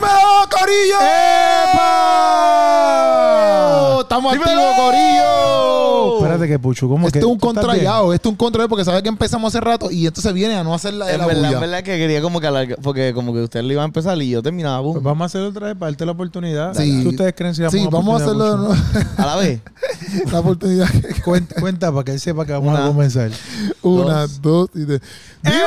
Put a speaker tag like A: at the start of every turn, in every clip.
A: Corillo!
B: ¡Epa!
A: ¡Estamos
B: ¡Dímelo!
A: activos, Corillo!
B: Espérate que Puchu, ¿cómo
A: Este
B: que
A: es un
B: tú estás
A: contrallado, este es un contrallado porque sabes que empezamos hace rato y entonces viene a no hacer la de
C: Es
A: la
C: verdad, es
A: bulla.
C: verdad que quería como que alargar, porque como que usted lo iba a empezar y yo terminaba boom,
B: bien? Pues vamos a hacerlo otra vez para darte la oportunidad.
A: Sí.
B: ¿Qué ustedes creen si damos
A: Sí,
B: una
A: vamos a
B: oportunidad,
A: hacerlo de
B: Puchu?
A: nuevo.
C: a la vez.
A: la oportunidad que cuenta.
B: Cuenta para que él sepa que vamos a
C: Una.
B: comenzar.
A: Una, dos y tres.
B: ¡Vive,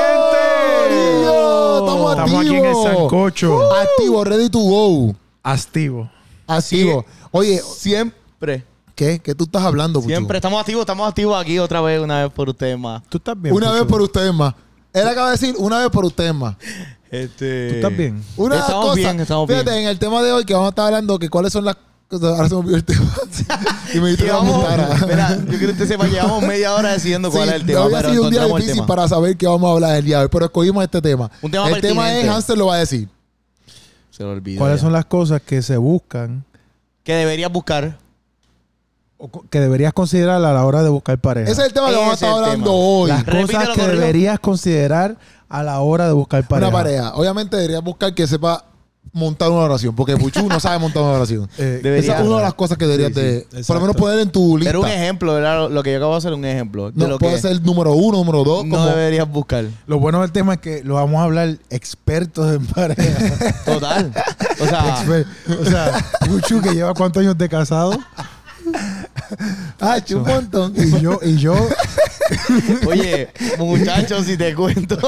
B: gente!
A: Corillo, Estamos activos. Uh.
B: Estamos aquí en el Sancocho.
A: Activo, ready to go.
B: Activo.
A: Activo. Oye,
C: Siempre,
A: ¿qué? ¿Qué tú estás hablando, Puchu?
C: siempre estamos activos, estamos activos aquí otra vez, una vez por ustedes más.
B: ¿Tú estás bien?
A: una
B: Puchu?
A: vez por ustedes más. Él acaba de decir una vez por ustedes más.
C: Este...
B: ¿Tú estás bien?
A: Una
C: Estamos
A: cosa,
C: bien, estamos
A: fíjate, en el tema de hoy que vamos a estar hablando que cuáles son las cosas- ahora se me olvidó el tema. y me dijiste que vamos
C: Llevamos,
A: a hablar.
C: mira, yo quiero que usted sepa, llevamos media hora decidiendo cuál
A: Sí,
C: es el tema,
A: había
C: pero
A: sido un día
C: encontramos el
A: difícil
C: tema.
A: para saber qué vamos a hablar el día de hoy, pero escogimos este tema.
C: Un tema
A: el tema es,
C: pertinente.
A: Hansel lo va a decir.
C: Se lo olvidó.
B: ¿Cuáles
C: ya.
B: son las cosas que se buscan
C: Que deberías buscar.
B: o co- que deberías considerar a la hora de buscar pareja?
A: Ese es el tema que
C: Ese
A: vamos a
C: es el
A: estar hablando
C: tema.
A: hoy.
B: las
C: Repítelo,
B: cosas que
C: Correo.
B: deberías considerar a la hora de buscar pareja.
A: Una pareja. Obviamente debería buscar que sepa montar una oración, porque Puchu no sabe montar una oración.
B: Eh,
C: Debería.
A: Esa es una de las cosas que deberías
B: Sí, sí,
A: de, por
B: exacto.
A: lo menos poner en tu lista.
C: Pero un ejemplo, ¿verdad? Lo- Lo que yo acabo de hacer un ejemplo. De
A: no
C: lo
A: puede
C: que
A: ser número uno, número dos,
C: no
A: como
C: deberías buscar.
B: Lo bueno del tema es que lo vamos a hablar expertos en pareja.
C: Total. O sea,
B: Exper- o sea, Puchu que lleva cuántos años de casado
A: ah, un montón.
B: y yo y yo
C: oye, muchachos, si te cuento.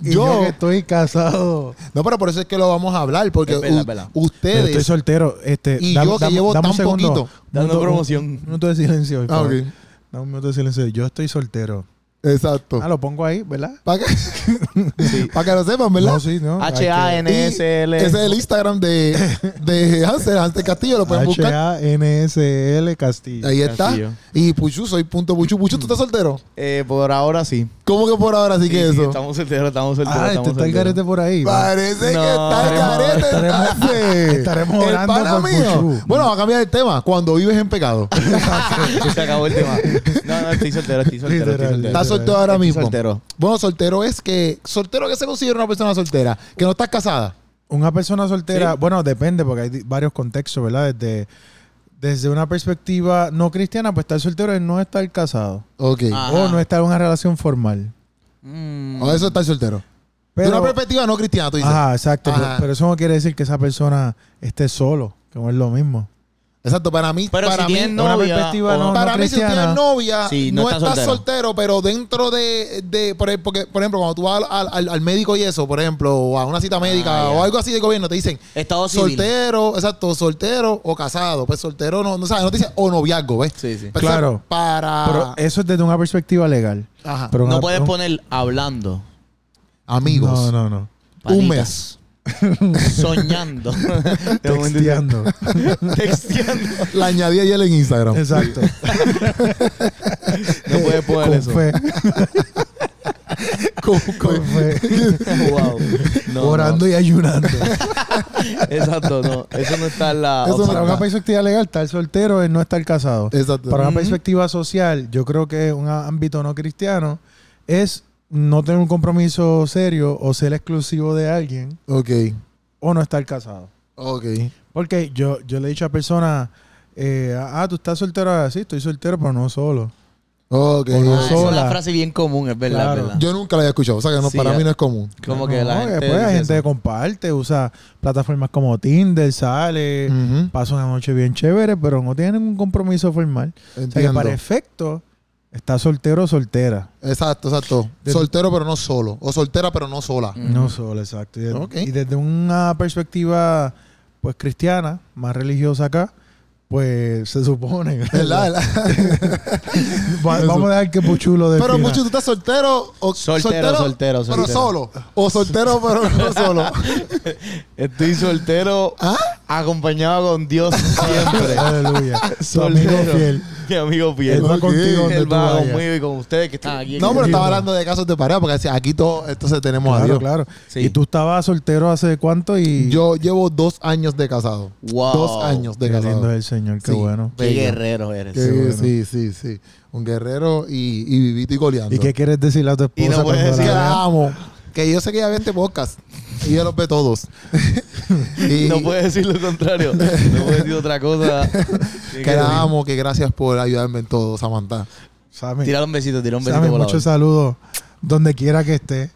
B: y
A: Yo-
B: yo, que estoy casado.
A: No, pero por eso es que lo vamos a hablar, porque
C: Es verdad,
A: u-
C: es verdad.
B: Pero estoy
A: ustedes.
B: soltero, este
A: Y yo que llevo tan poquito.
C: Dando
B: Minuto-
C: promoción.
B: Un, un minuto de silencio, por
A: Ah,
B: favor.
A: ok.
B: Dame un minuto de silencio. Yo estoy soltero.
A: Exacto.
B: Ah, lo pongo ahí, ¿verdad?
A: Para que, pa' que lo sepan, ¿verdad?
B: No, sí, no. Hay que-
C: H-A-N-S-L.
A: Y Ese es el Instagram de, de Hansel, Hansel Castillo, lo pueden buscar.
B: H-A-N-S-L Castillo.
A: Ahí está.
C: Castillo.
A: Y Puchu, soy punto Puchu. Puchu, ¿tú estás soltero?
C: Eh, por ahora sí.
A: ¿Cómo que por ahora sí que
C: Sí, sí,
A: eso?
C: estamos solteros, estamos solteros.
B: Ah, este
C: estamos
B: está el
C: solteros.
B: garete por ahí. va.
A: Parece
C: No,
A: que está el
C: estaremos-
A: garete
B: estaremos-
A: entonces.
B: estaremos
A: El
B: orando
A: pana
B: por
A: mío.
B: Puchu.
A: Bueno, va a cambiar el tema. Cuando vives en pecado.
C: Se acabó el tema. No, no, estoy soltero, estoy soltero.
B: Literal.
C: Estoy soltero.
A: Estás soltero ahora
C: Estoy
A: mismo.
C: soltero.
A: Bueno, soltero es que. Soltero que se considera una persona soltera. Que no estás casada.
B: Una persona soltera,
C: Sí.
B: bueno, depende porque hay di- varios contextos, ¿verdad? Desde, desde una perspectiva no cristiana, pues estar soltero es no estar casado
A: Ok.
C: Ah.
B: o
C: Ajá.
B: no estar en una relación formal.
C: Mm.
A: O Ah, eso está el soltero. de una
B: Pero,
A: perspectiva no cristiana, tú dices.
B: ajá, exacto.
A: Ajá.
B: Pero, pero eso no quiere decir que esa persona esté solo, que no es lo mismo.
A: Exacto, para mí.
C: Pero
A: para
C: si
A: mí,
C: tienes
B: de una
C: novia.
B: perspectiva,
C: o-
B: no,
A: para mí, si tú
B: cristiana.
A: tienes novia,
C: Sí,
A: no,
C: no
A: estás
C: estás
A: soltero. pero dentro de. de- por, ej- porque, por ejemplo, cuando tú vas al, al- al médico y eso, por ejemplo, o a una cita médica
C: Ah, ya.
A: o algo así de gobierno, te dicen.
C: Estado civil.
A: Soltero, exacto, soltero o casado. Pues soltero no, no sabes, no te dicen o noviazgo, ¿ves?
C: Sí, sí.
A: Pero eso
B: Claro.
A: es Para.
B: Pero eso es desde una perspectiva legal.
A: Ajá.
B: Pero una-
C: No puedes
B: un-
C: poner hablando.
A: amigos.
B: No, no, no.
A: Un
C: panitas,
A: mes.
C: Soñando. De momento dice,
B: Texteando.
C: Texteando.
A: La añadí ayer en Instagram.
B: exacto.
C: No puedes poner
B: Con
C: eso.
B: fe,
A: Con-
B: con fe.
C: Wow. No, no.
B: Orando y ayunando.
C: Exacto, no. Eso no está en la.
A: Eso no-
B: Para una perspectiva legal, estar soltero es no estar casado.
A: Exacto.
B: Para una
C: Ujú.
B: perspectiva social, yo creo que un á- ámbito no cristiano es no tener un compromiso serio o ser exclusivo de alguien
A: Ok.
B: o no estar casado.
A: Ok.
B: Porque yo, yo le he dicho a personas, eh, ah, tú estás soltero ahora, sí, estoy soltero, pero no solo.
A: Ok.
B: O
C: Ah,
B: no
C: esa es
B: sola.
C: una frase bien común, es verdad,
B: Claro.
C: es verdad.
A: Yo nunca la había escuchado. O sea que no,
C: Sí,
A: para
C: ya.
A: mí no es común.
C: Como que la
B: No,
C: gente.
B: después hay
C: dice
B: gente que
C: eso.
B: comparte, usa plataformas como Tinder, sale,
A: Ujú.
B: pasa una noche bien chévere, pero no tiene ningún compromiso formal. O sea que
A: Entiendo.
B: para efecto, está soltero o soltera.
A: Exacto, exacto.
B: De-
A: Soltero pero no solo. O soltera pero no sola.
C: Mm.
B: No solo, exacto. Y, de-
A: Ok.
B: y desde una perspectiva, pues cristiana, más religiosa acá, pues se supone.
A: ¿Verdad? ¿Verdad?
B: Va- vamos a dejar que Puchulo de
A: Pero mucho, ¿tú estás soltero o
C: Soltero, soltero,
A: Pero
C: soltero.
A: solo. O soltero pero no solo.
C: Estoy soltero,
B: ¿Ah?
C: acompañado con Dios siempre.
B: Aleluya. Su
C: Soltero.
B: amigo fiel.
C: Mi amigo
B: Él
C: fiel.
B: va
A: Ok.
B: contigo donde
C: Él
B: tú
C: va
B: vayas.
C: conmigo y con ustedes que están aquí.
A: No, pero
B: Sí,
A: estaba
B: no.
A: hablando de casos de pareja porque decía, aquí todo, entonces tenemos a
B: Claro,
A: Dios.
B: claro.
C: Sí.
B: Y tú estabas soltero hace cuánto y...
A: Yo llevo dos años de casado.
C: Wow.
A: Dos años de
B: Qué lindo
A: casado.
B: es el Señor, qué
A: Sí.
B: bueno.
C: Qué
A: bello.
C: guerrero eres.
A: Que-
B: bueno.
A: Sí, sí, sí. Un guerrero y, y vivito y goleando.
B: ¿Y qué quieres decirle a tu
C: Y
B: esposa
C: no puedes
B: cuando la
A: que
C: decir
B: veas?
A: la amo. Que yo sé que ya ve este podcast. Y yo los ve todos. Y
C: No puedes decir lo contrario. No puedes decir otra cosa.
A: que la amo, que gracias por ayudarme en todo, Samantha.
B: Sammy,
C: Tirar un besito, tirar un besito
B: Sammy,
C: por la
B: muchos saludos. Donde quiera que esté.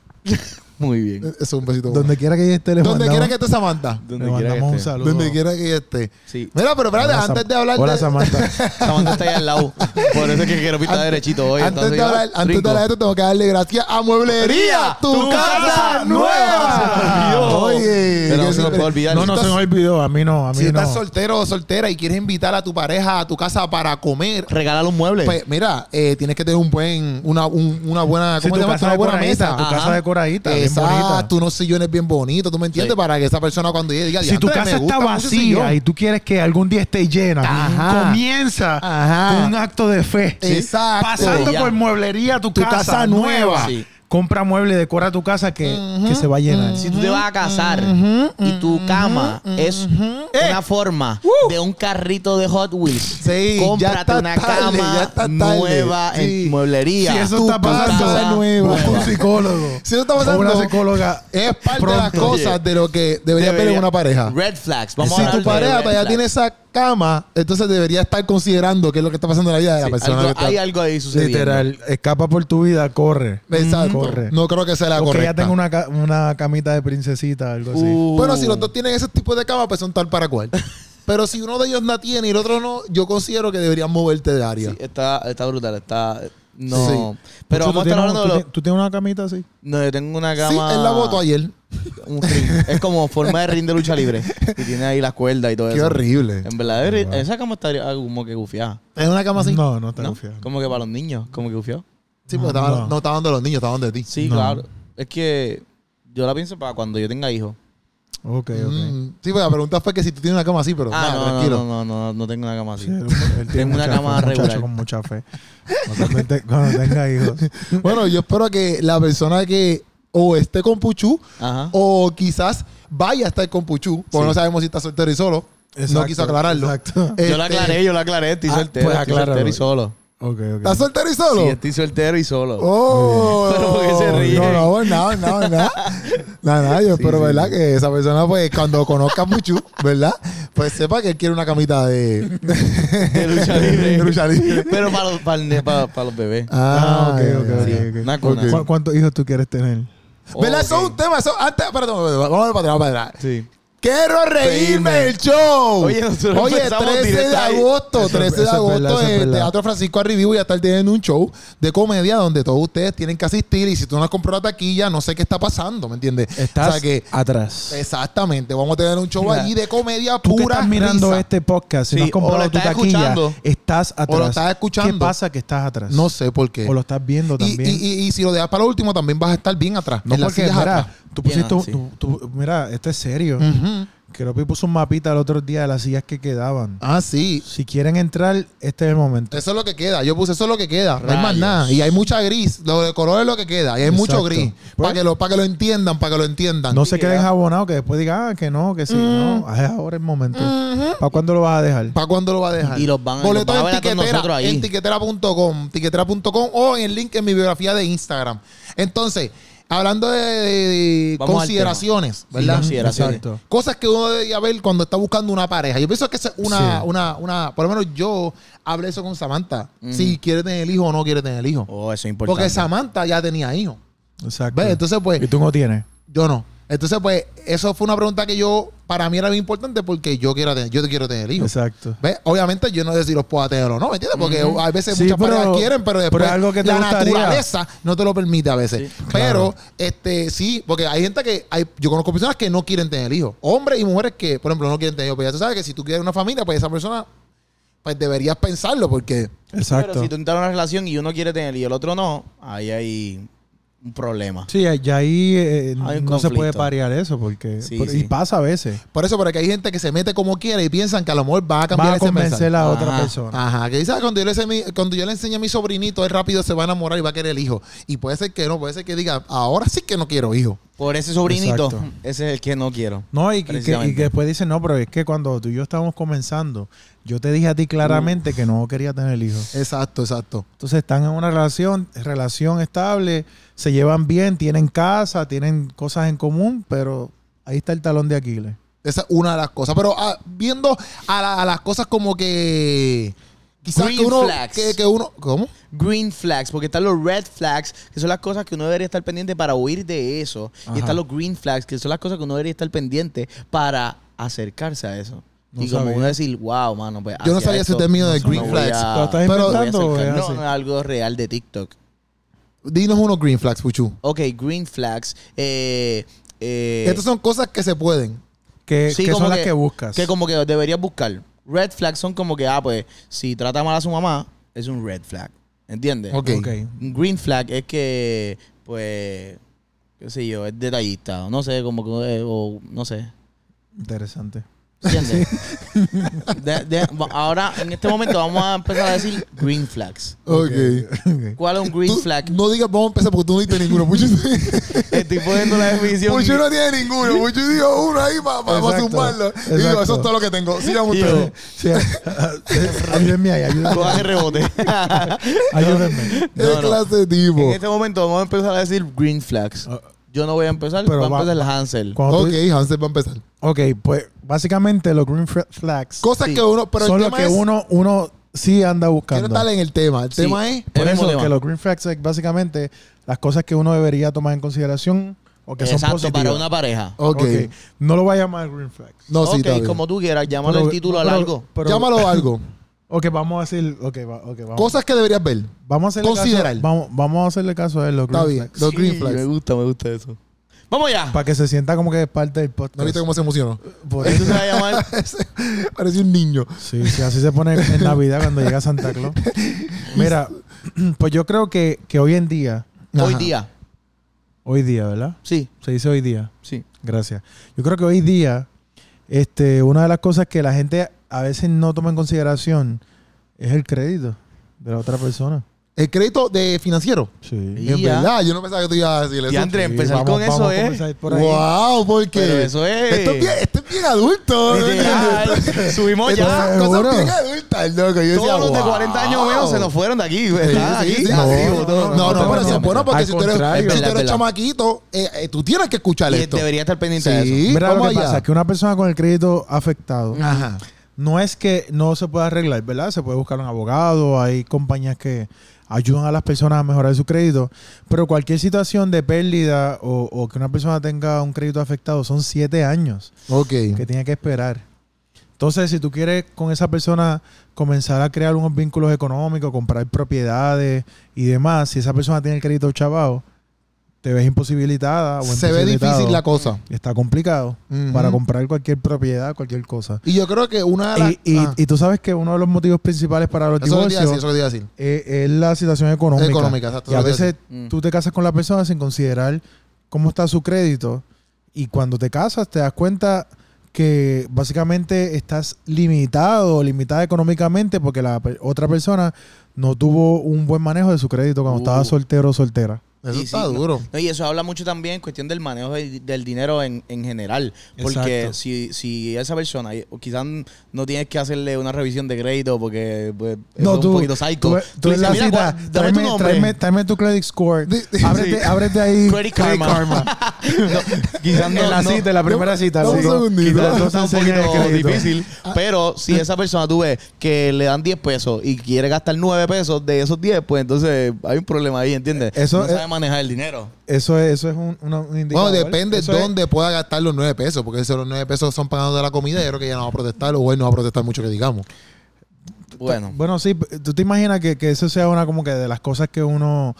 C: Muy bien.
A: Eso es un besito.
B: Donde quiera que ella esté, le
A: Donde
B: mandamos-
A: quiera que esté Samantha.
C: Donde
B: le
C: quiera que
B: mandamos un
C: esté.
B: saludo.
A: Donde quiera que ella esté.
C: Sí.
A: Mira, pero espérate,
B: Hola,
A: antes
B: Sam-
A: de hablar
B: Hola,
A: de-
B: Samantha.
C: Samantha está ahí al lado. Por eso es que quiero pintar derechito hoy.
A: antes,
C: Entonces,
A: de hablar,
C: yo,
A: antes de
C: rico.
A: hablar de esto, tengo que darle gracias a Mueblería, tu, casa, nueva.
C: Se me olvidó.
A: Oye, que
C: Pero no se nos
A: siempre-
C: puede olvidar.
B: No, no se me olvidó. A mí no, a mí
A: si
B: no.
A: estás soltero o soltera y quieres invitar a tu pareja a tu casa para comer,
C: Regala los muebles.
A: pues mira, eh, tienes que tener un buen, una, un- una buena,
B: Si
A: ¿cómo
B: tu
A: se llama?
B: casa
A: Una buena Eh,
B: decoradita,
A: mesa.
B: Tu
C: Ajá.
B: casa decoradita, bien bonita.
A: Exacto, unos sillones bien bonitos, ¿tú me entiendes?
C: Sí.
A: Para que esa persona cuando llegue diga,
B: Si tu
A: "Diantre, me
B: casa está
A: gusta mucho ese
B: vacía
A: sillón".
B: y tú quieres que algún día esté llena,
A: Ajá.
B: comienza
A: Ajá.
B: con un acto de fe.
A: Sí. Exacto.
B: Pasando
C: Ya.
B: por mueblería tu,
A: Tu
B: casa,
A: casa nueva.
B: nueva.
C: Sí.
B: Compra mueble, decora tu casa que, que se va a llenar.
C: si tú te vas a casar y tu cama es una forma de un carrito de Hot Wheels,
A: Eh. Sí, ya
C: cómprate
A: está
C: una
A: tarde, ya
C: cama
A: está tarde.
C: nueva
A: Sí.
C: en mueblería.
B: Si eso
A: tu
B: está
A: casa
B: pasando,
A: nueva.
B: busca un psicólogo.
A: Si eso está
B: o una
A: pasando,
B: psicóloga.
A: Es parte de las
B: Pronto.
A: cosas de lo que debería haber en
C: Debería-
A: una pareja.
C: Red flags. Vamos a
A: si
C: hablar
A: tu
C: de
A: pareja
C: red
A: todavía
C: flags.
A: tiene esa cama, entonces debería estar considerando qué es lo que está pasando en la vida de la
C: Sí,
A: persona.
C: algo-
A: que está-
C: hay algo ahí sucediendo.
B: Literal, escapa por tu vida, corre.
A: Exacto.
B: Corre.
A: No creo que sea la
B: O que
A: correcta.
B: ya tenga una, ca- una camita de princesita, algo así.
C: Uh.
A: Bueno, si los dos tienen ese tipo de cama, pues son tal para cual. Pero si uno de ellos no tiene y el otro no, yo considero que deberían moverte de área.
C: Sí, está, está brutal, está... No,
B: Pucho,
C: pero
B: tú
C: vamos a
B: tienes-
C: estar hablando de
B: ¿tú,
C: los...
B: ti- tú tienes una camita así?
C: No, yo tengo una
A: Sí,
C: cama...
A: él la votó ayer.
C: un ring. Es como forma de ring de lucha libre. Y tiene ahí las cuerdas y todo
A: Qué
C: eso.
A: horrible.
C: En verdad, debería- esa cama estaría ah, como que gufiada.
A: ¿Es una cama así?
B: No, no está
C: ¿no?
B: confiado.
C: Como que para los niños, como que gufiado.
A: Sí, porque
B: No,
A: estaba- no,
B: no.
A: estaba donde los niños, estaba donde ti.
C: Sí,
B: No.
C: claro. Es que yo la pienso para cuando yo tenga hijos.
B: Ok, ok.
A: Mm, sí, pues la pregunta fue que si tú tienes una cama así, pero
C: Ah,
A: nada,
C: no,
A: tranquilo.
C: no, no, no, no tengo una cama así.
B: Sí, él- él tiene
C: Tengo una
B: mucha
C: cama
B: fe, un muchacho
C: regular.
B: con mucha fe. Cuando, te- cuando tenga hijos.
A: Bueno, yo espero que la persona que o esté con Puchu
C: Ajá.
A: o quizás vaya a estar con Puchu, porque
C: Sí.
A: no sabemos si está soltero y solo. no
B: Exacto,
A: quiso aclararlo.
B: Exacto.
A: Este,
C: yo la aclaré, yo la aclaré. Estoy
B: Ah,
C: soltero,
B: pues
C: estoy
B: acláralo.
C: soltero y solo.
B: Ok,
A: ¿Estás
B: ok.
A: soltero y solo?
C: Sí, estoy soltero y solo.
A: Oh,
C: Pero ¿por qué se ríen?
A: No, no, no, no, no. Nada, nada, yo espero,
B: sí,
A: ¿verdad? Que esa persona, pues, cuando conozca a Puchu, ¿verdad? Pues sepa que él quiere una camita de,
C: De lucha libre.
A: de lucha libre.
C: Pero para los, para, el ne- para- para los bebés.
B: Ah, ok,
A: ya,
B: ok,
A: ya,
B: ok,
A: ya.
B: ok.
C: Una cuna.
B: ¿Cu- ¿Cuántos hijos tú quieres tener?
A: ¿Verdad?
C: Oh, Ok.
A: Eso es un tema. Eso, antes, espérate, vamos a ver para atrás, vamos para atrás.
C: Sí.
A: Quiero reírme
C: Reírme.
A: el show.
C: Oye, nosotros
A: Oye,
C: empezamos
A: 13 de
C: directo ahí.
A: agosto,
B: Eso es-
A: 13 de
B: eso es
A: agosto,
B: verdad, eso es
A: en el
B: verdad.
A: Teatro Francisco Arribí voy a estar teniendo un show de comedia donde todos ustedes tienen que asistir y si tú no has comprado la taquilla, no sé qué está pasando, ¿me entiendes?
B: Estás
A: O sea que
B: atrás.
A: exactamente, vamos a tener un show
C: Mira,
A: allí de comedia
B: Tú que
A: pura.
B: estás mirando
A: risa.
B: este podcast, si
C: Sí,
B: no has comprado
C: o lo
B: tu
C: estás
B: taquilla,
C: escuchando.
B: estás atrás.
A: estás escuchando.
B: ¿Qué pasa que estás atrás?
A: No sé por qué.
B: pues, O lo estás viendo
A: Y,
B: también.
A: y- y- y si lo dejas para lo último, también vas a estar bien atrás.
B: no
A: en las
B: porque,
A: sillas
B: mira,
A: atrás. Mm.
B: tú
C: Bien,
B: pusiste,
C: sí.
B: tú- tú- mira, esto es serio.
A: Ujú.
B: Creo que puso un mapita el otro día de las sillas que quedaban.
A: Ah, sí.
B: Si quieren entrar, este es el momento.
A: Eso es lo que queda. Yo puse eso es lo que queda. No hay más
C: Rayos.
A: nada. Y hay mucha gris. Lo de color es lo que queda. Y hay mucho
B: Exacto.
A: gris. para
B: Pues-
A: que lo, para que lo entiendan, para que lo entiendan.
B: No
C: sí
B: se
C: que
B: queden
C: ya.
B: jabonados que después digan ah, que no, que sí.
C: Mm.
B: No, ah, es ahora el momento. ¿Para cuándo lo vas a dejar?
A: ¿Para cuándo lo va a dejar?
C: Y los van a-
A: Boletos
C: los van
A: en
C: a ver a todos nosotros
A: tiquetera,
C: ahí.
A: en tiquetera.com, tiquetera.com o en el link en mi biografía de Instagram. Entonces, hablando de, de- de
C: Vamos al
A: consideraciones, ¿verdad?
C: consideraciones.
B: Exacto.
A: Cosas que uno debería ver cuando está buscando una pareja. Yo pienso que esa es una,
B: Sí.
A: una, una, por lo menos yo hablé eso con Samantha.
C: Ujú.
A: Si quiere tener hijo o no quiere tener hijo.
C: Oh, eso es importante.
A: Porque Samantha ya tenía hijo.
B: Exacto.
A: ¿Ves? Entonces, pues,
B: y tú no tienes.
A: yo no. Entonces, pues, eso fue una pregunta que yo, para mí era muy importante porque yo quiero tener, yo quiero tener hijos.
B: Exacto.
A: ¿Ves? Obviamente yo no sé si los puedo tener o no, ¿me entiendes? Porque hay veces
B: Sí,
A: muchas
B: pero-
A: parejas quieren, pero después
B: pero es algo que te
A: la
B: gustaría.
A: naturaleza no te lo permite a veces.
C: Sí.
A: pero
B: Claro.
A: este sí, porque hay gente que hay, yo conozco personas que no quieren tener hijos, hombres y mujeres que, por ejemplo, no quieren tener hijos, pero ya tú sabes que si tú quieres una familia, pues esa persona pues deberías pensarlo porque
B: Exacto.
C: Pero si tú entras en una relación y uno quiere tener y el otro no, ahí hay un problema.
B: Sí, ya ahí eh,
C: Hay un
B: no se puede
C: conflicto.
B: parear eso porque
C: Sí,
B: por- y
C: sí.
B: pasa a veces.
A: por eso porque hay gente que se mete como quiere y piensan que a lo mejor va a cambiar
B: Vas a
A: ese mensaje.
B: convencer a
C: Ajá.
B: otra persona.
A: Ajá, que dice, "Ah, cuando yo, le enseñe, a mi- cuando yo le enseñe a mi sobrinito, él rápido se va a enamorar y va a querer el hijo. Y puede ser que no, puede ser que diga, ahora sí que no quiero hijo.
C: Por ese sobrinito,
B: Exacto.
C: ese es el que no quiero.
B: No, y, que- y que, y
C: Precisamente.
B: que después dicen, no, pero es que cuando tú y yo estábamos comenzando, yo te dije a ti claramente que no quería tener hijos.
A: Exacto, exacto.
B: Entonces están en una relación, relación estable, se llevan bien, tienen casa, tienen cosas en común, pero ahí está el talón de Aquiles.
A: Esa es una de las cosas. Pero ah, viendo a, la- a las cosas como que. Quizás
C: Green
A: que uno.
C: flags.
A: Que, que uno. ¿Cómo?
C: Green flags, porque están los red flags, que son las cosas que uno debería estar pendiente para huir de eso.
B: Ajá.
C: Y están los green flags, que son las cosas que uno debería estar pendiente para acercarse a eso.
B: No
C: y como
B: sabía.
C: uno decir, wow, mano, pues.
A: Yo no
C: hacia
A: sabía ese
C: esto
A: término de
C: no
A: green
C: voy
A: flags.
C: a-
B: ¿Lo estás
C: no voy a
B: inventando o es
C: acercar-
B: así?
C: No, algo real de TikTok.
A: Dinos unos green flags, Puchu.
C: Ok, green flags. Eh, eh,
A: Estas son cosas que se pueden.
B: Que,
C: Sí,
B: que
C: como
B: son las que buscas.
C: Que como que deberías buscar. Red flags son como que, ah, pues, si trata mal a su mamá, es un red flag. ¿Entiendes?
A: Ok.
B: Ok.
C: Un green flag es que, pues, qué sé yo, es detallista. o No sé, como que, eh, o no sé.
B: Interesante.
C: ¿Entiendes? De- de- ahora, en este momento, vamos a empezar a decir green flags.
A: Ok.
B: Ok.
C: ¿Cuál es un green
A: Tú
C: flag?
A: No digas, vamos a empezar porque tú no diste ninguno. Puchu,
C: Estoy poniendo la definición.
A: Puchu no tiene ninguno. Puchu dijo uno ahí para
B: Exacto,
A: sumarlo. Y digo,
B: exacto.
A: eso es todo lo que tengo. Sigan
C: Yo-
A: ustedes.
B: Sí, ayúdenme ahí, ayúdenme.
C: Coja que rebote.
B: ayúdenme.
A: ¿Qué
C: No, no.
A: clase de
C: En
A: tipo?
C: este momento vamos a empezar a decir green flags.
B: Ah.
C: Yo no voy a empezar,
B: Pero
C: va a
B: va-
C: empezar la Hansel.
B: Cuando tú-
A: Ok, Hansel va a empezar.
B: ok, pues básicamente los green fr- flags
A: Cosas
C: Sí.
A: que uno. Pero
B: son
A: el
B: los
A: tema es.
B: que uno, uno sí anda
A: Quiero
B: buscando.
A: estar en el tema. El
C: Sí.
A: tema es.
B: Por
C: El mismo
B: eso
C: tema.
B: que los green flags es básicamente las cosas que uno debería tomar en consideración o que son
C: Exacto,
B: positivas.
C: para una pareja.
A: Ok.
B: Ok, No lo voy a llamar green flags.
A: No, Oh, sí,
C: ok,
A: está bien.
C: como tú quieras, llámalo el título a
B: pero-
C: largo.
B: pero-
A: Llámalo algo.
B: Ok, vamos a decir... Ok, va- ok, vamos.
A: Cosas que deberías ver.
B: Vamos a hacerle
A: Considerar.
B: Caso, vamos, vamos a hacerle caso a él, los
A: Está
B: green
A: bien.
B: flags.
A: Los green flags.
C: gusta, me gusta eso. ¡Vamos ya!
B: Para que se sienta como que es parte del podcast.
A: ¿No viste cómo se emocionó?
B: Por
C: Esto
B: eso-
C: se va a llamar
A: Parece un niño.
B: Sí, sí, así se pone en Navidad cuando llega Santa Claus. Mira, pues yo creo que, que hoy en día,
C: hoy
A: Ajá.
C: día.
B: hoy día, ¿verdad?
C: Sí,
B: Se dice hoy día.
C: sí.
B: Gracias. Yo creo que hoy día, este, una de las cosas que la gente a veces no toma en consideración es el crédito de la otra persona.
A: El crédito de financiero.
B: Sí.
C: Y
A: En
C: ya.
A: verdad, yo no pensaba que tú ibas a decir
C: Y
A: eso.
C: André, empezar con eso
B: vamos a
C: es-
B: comenzar por ahí.
A: Wow, porque
C: Pero eso es.
A: esto es bien, esto es bien adulto. Oh, ¿no?
C: Literal. Subimos
A: Esto
C: ya.
A: es
B: seguro.
A: cosas bien adultas, loco. Yo decía,
C: Todos los de
A: wow.
C: 40 años menos se nos fueron de aquí. ¿verdad?
A: Sí, sí,
C: Aquí.
A: sí,
B: No,
A: así,
B: no,
A: botón.
B: no,
A: no,
B: no,
A: no, pero
B: no,
A: eso
B: no,
A: es bueno
B: no.
A: porque
B: Al
A: si tú eres,
B: contrario.
A: si tú
C: Es
A: eres
C: verdad,
A: chamaquito, eh, eh, tú tienes que escuchar
C: Y
A: esto.
C: debería estar pendiente de eso.
A: Sí,
B: Mira lo
A: vamos
B: que pasa
A: allá.
B: es que una persona con el crédito afectado
C: Ah.
A: Ajá.
B: no es que no se pueda arreglar, ¿verdad? Se puede buscar un abogado, hay compañías que ayudan a las personas a mejorar su crédito, pero cualquier situación de pérdida o, o que una persona tenga un crédito afectado son siete años
A: Ok.
B: que tiene que esperar. Entonces, si tú quieres con esa persona comenzar a crear unos vínculos económicos, comprar propiedades y demás, si esa persona tiene el crédito chavado, te ves imposibilitada. O
A: Se ve difícil la cosa.
B: Está complicado
A: Ujú.
B: para comprar cualquier propiedad, cualquier cosa.
A: Y yo creo que una de las.
B: Y, y-
A: Ah,
B: y tú sabes que uno de los motivos principales para los
A: eso es lo que te iba a
B: divorcios
A: decir, eso es lo que te iba a decir.
B: es, eh, es la situación económica.
A: Económica, exacto,
B: Y a
A: eso es lo que
B: veces
C: decir. Mm.
B: tú te casas con la persona sin considerar cómo está su crédito. Y cuando te casas, te das cuenta que básicamente estás limitado o limitada económicamente porque la pe- otra persona no tuvo un buen manejo de su crédito cuando
C: Uh.
B: estaba soltero o soltera.
A: Eso
C: Y
A: está
C: sí, no-
A: duro.
C: no, y eso habla mucho también en cuestión del manejo del, del dinero en, en general. Porque
B: Exacto.
C: si, si esa persona, eh, o quizás no tienes que hacerle una revisión de crédito porque pues,
B: No,
C: es
B: tú,
C: un poquito psycho.
B: tú, tú
C: le
B: en
C: dices,
B: la
C: "Mira,
B: cita,
C: cua- dame tu
B: tráeme,
C: nombre".
B: tráeme- tráeme tu credit score,
A: Sí.
B: ábrete, ábrete ahí
C: Credit Karma. No, quizás no,
B: en la
C: no-
B: cita, en la primera cita.
A: dame un
B: sí.
A: segundito.
B: Quizás no
C: está
B: te
C: un
B: enseñen el
C: poquito
B: crédito.
C: difícil, pero si
B: Ah.
C: esa persona tú ves que le dan 10 pesos y quiere gastar 9 pesos de esos 10, pues entonces hay un problema ahí, ¿entiendes?
B: Eso
C: no
B: es-
C: sabe manejar el dinero.
B: Eso es, eso es un, una- un
A: Bueno,
B: indicador.
A: depende
B: Eso es-
A: dónde pueda gastar los nueve pesos, porque si los nueve pesos son pagados de la comida, yo creo que ya no va a protestar, o él no va a protestar mucho que digamos.
C: Bueno,
B: Bueno, sí, p- tú te imaginas que, que eso sea una como que de las cosas que uno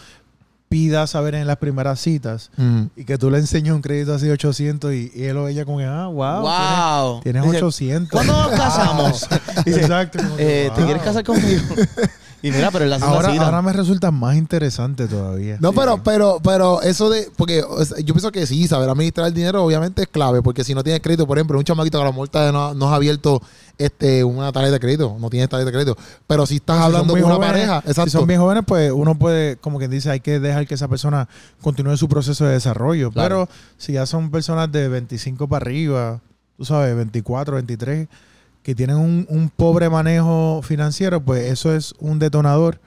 B: pida saber en las primeras citas y que tú le enseñes un crédito así de 800 y, y él o ella como que, ah, wow,
C: wow.
B: tienes, tienes
C: Dice,
B: 800.
C: ¿Cuándo nos casamos?
B: Exacto. como que,
C: Eh, ¿Te
B: wow.
C: quieres casar conmigo? Y mira, pero en la segunda
B: Ahora,
C: cita.
B: ahora me resulta más interesante todavía.
A: No, pero, pero, pero eso de, porque o sea, yo pienso que sí, saber administrar el dinero obviamente es clave, porque si no tienes crédito, por ejemplo, un chamaquito que a la multa no, no ha abierto este, una tarjeta de crédito, no tienes tarjeta de crédito, pero si estás
B: Si son
A: hablando
B: muy
A: con una
B: jóvenes,
A: pareja, exacto.
B: Si son bien jóvenes, pues uno puede, como quien dice, hay que dejar que esa persona continúe su proceso de desarrollo.
C: Claro.
B: Pero si ya son personas de 25 para arriba, tú sabes, 24, 23, que tienen un, un pobre manejo financiero, pues eso es un detonador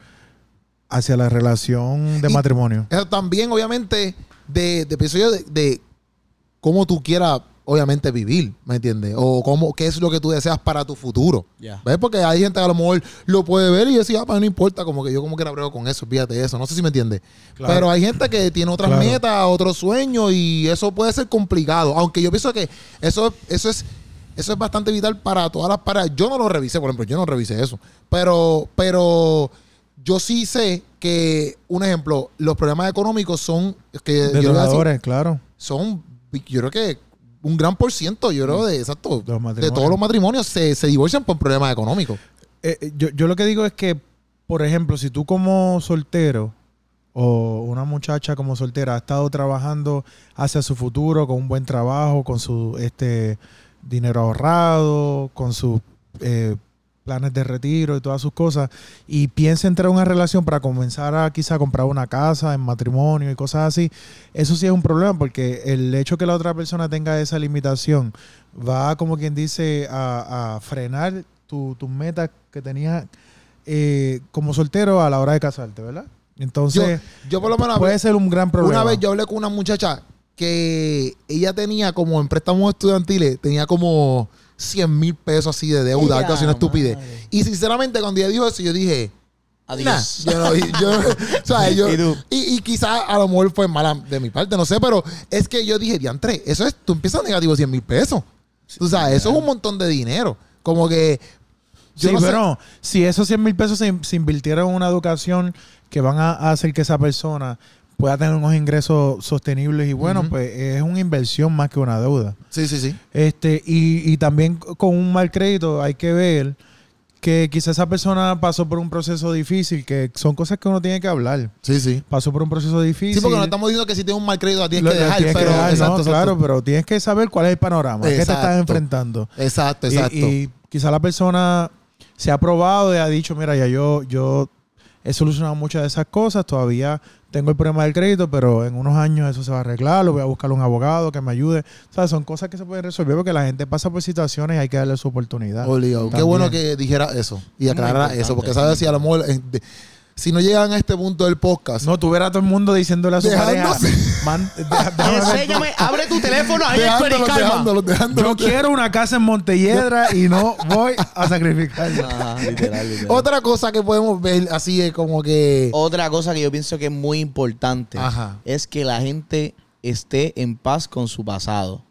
B: hacia la relación de
A: Y-
B: matrimonio.
A: Eso también, obviamente, de, de pienso yo, de, de cómo tú quieras, obviamente, vivir, ¿me entiendes? O cómo, qué es lo que tú deseas para tu futuro.
C: Ya.
A: ¿Ves? Porque hay gente que a lo mejor lo puede ver y decir, ah, pues no importa, como que yo como que brego con eso, fíjate eso. No sé si me entiendes.
B: Claro.
A: Pero hay gente que tiene otras
B: Claro.
A: metas, otros sueños y eso puede ser complicado. Aunque yo pienso que eso, eso es... Eso es bastante vital para todas las parejas. Yo no lo revisé, por ejemplo, yo no revisé eso. Pero, pero yo sí sé que, un ejemplo, los problemas económicos son, que eh, yo, lo voy a decir,
B: Detonadores, claro.
A: son, yo creo que un gran por ciento, yo creo, de, exacto,
B: Los
A: de
B: matrimonios.
A: todos los matrimonios se, se divorcian por problemas económicos.
B: Eh, eh, yo, yo lo que digo es que, por ejemplo, si tú como soltero o una muchacha como soltera ha estado trabajando hacia su futuro con un buen trabajo, con su este dinero ahorrado, con sus eh, planes de retiro y todas sus cosas, y piensa entrar en una relación para comenzar a quizá comprar una casa en matrimonio y cosas así, eso sí es un problema porque el hecho que la otra persona tenga esa limitación va, como quien dice, a, a frenar tu- tus metas que tenías eh, como soltero a la hora de casarte, ¿verdad? Entonces,
A: Yo por lo menos
B: puede ser un gran problema.
A: una vez yo hablé con una muchacha que ella tenía como en préstamos estudiantiles, tenía como 100 mil pesos así de deuda, algo así, una
C: Ella,
A: estupidez.
C: madre.
A: Y sinceramente, cuando ella dijo eso, yo dije,
C: Adiós.
A: Nah, yo no- yo- o sea, yo-
C: ¿Y tú?
A: y, y quizá a lo mejor fue mala de mi parte, no sé, pero es que yo dije, diantre, eso es, tú empiezas negativo 100 mil pesos. Tú sabes, eso es un montón de dinero. Como que. yo
B: sí,
A: no sé-
B: pero si esos 100 mil pesos se, se invirtieron en una educación que van a, a hacer que esa persona pueda tener unos ingresos sostenibles y bueno,
A: Ujú.
B: pues es una inversión más que una deuda.
A: Sí, sí, sí.
B: Este, y, y también con un mal crédito hay que ver que quizá esa persona pasó por un proceso difícil, que son cosas que uno tiene que hablar.
A: Sí, sí.
B: Pasó por un proceso difícil.
A: Sí, porque no estamos diciendo que si tienes un mal crédito la tienes
B: Lo-
A: que
B: lo
A: dejar.
B: tienes que
A: pero,
B: dejar, ¿no?
A: exacto, exacto.
B: claro, pero tienes que saber cuál es el panorama, qué te estás
A: Exacto.
B: enfrentando.
A: Exacto,
B: Y-
A: exacto.
B: Y, quizá la persona se ha probado y ha dicho, mira, ya yo, yo he solucionado muchas de esas cosas, todavía tengo el problema del crédito, pero en unos años eso se va a arreglar, lo voy a buscar un abogado que me ayude. O sea, son cosas que se pueden resolver porque la gente pasa por situaciones y hay que darle su oportunidad.
A: Obligado. Qué
B: También.
A: bueno que dijera eso y aclarara
C: importante,
A: eso, porque
C: muy
A: sabes si a lo mejor eh, de- si no llegan a este punto del podcast,
B: No, tú verás a todo el mundo diciéndole a su pareja,
A: Dejándose.
B: "Man, deja- déjame ver
C: Enséñame, abre tu teléfono ahí,
A: dejándolos,
C: Héctor, y calma.
A: dejándolos, dejándolos,
B: Yo quiero una casa en Montelledra y no voy a sacrificarla.
C: Ajá, literal, literal. Otra.
A: Otra cosa que podemos ver así es como que
C: Oh. cosa que yo pienso que es muy importante
A: Ajá.
C: es que la gente esté en paz con su pasado.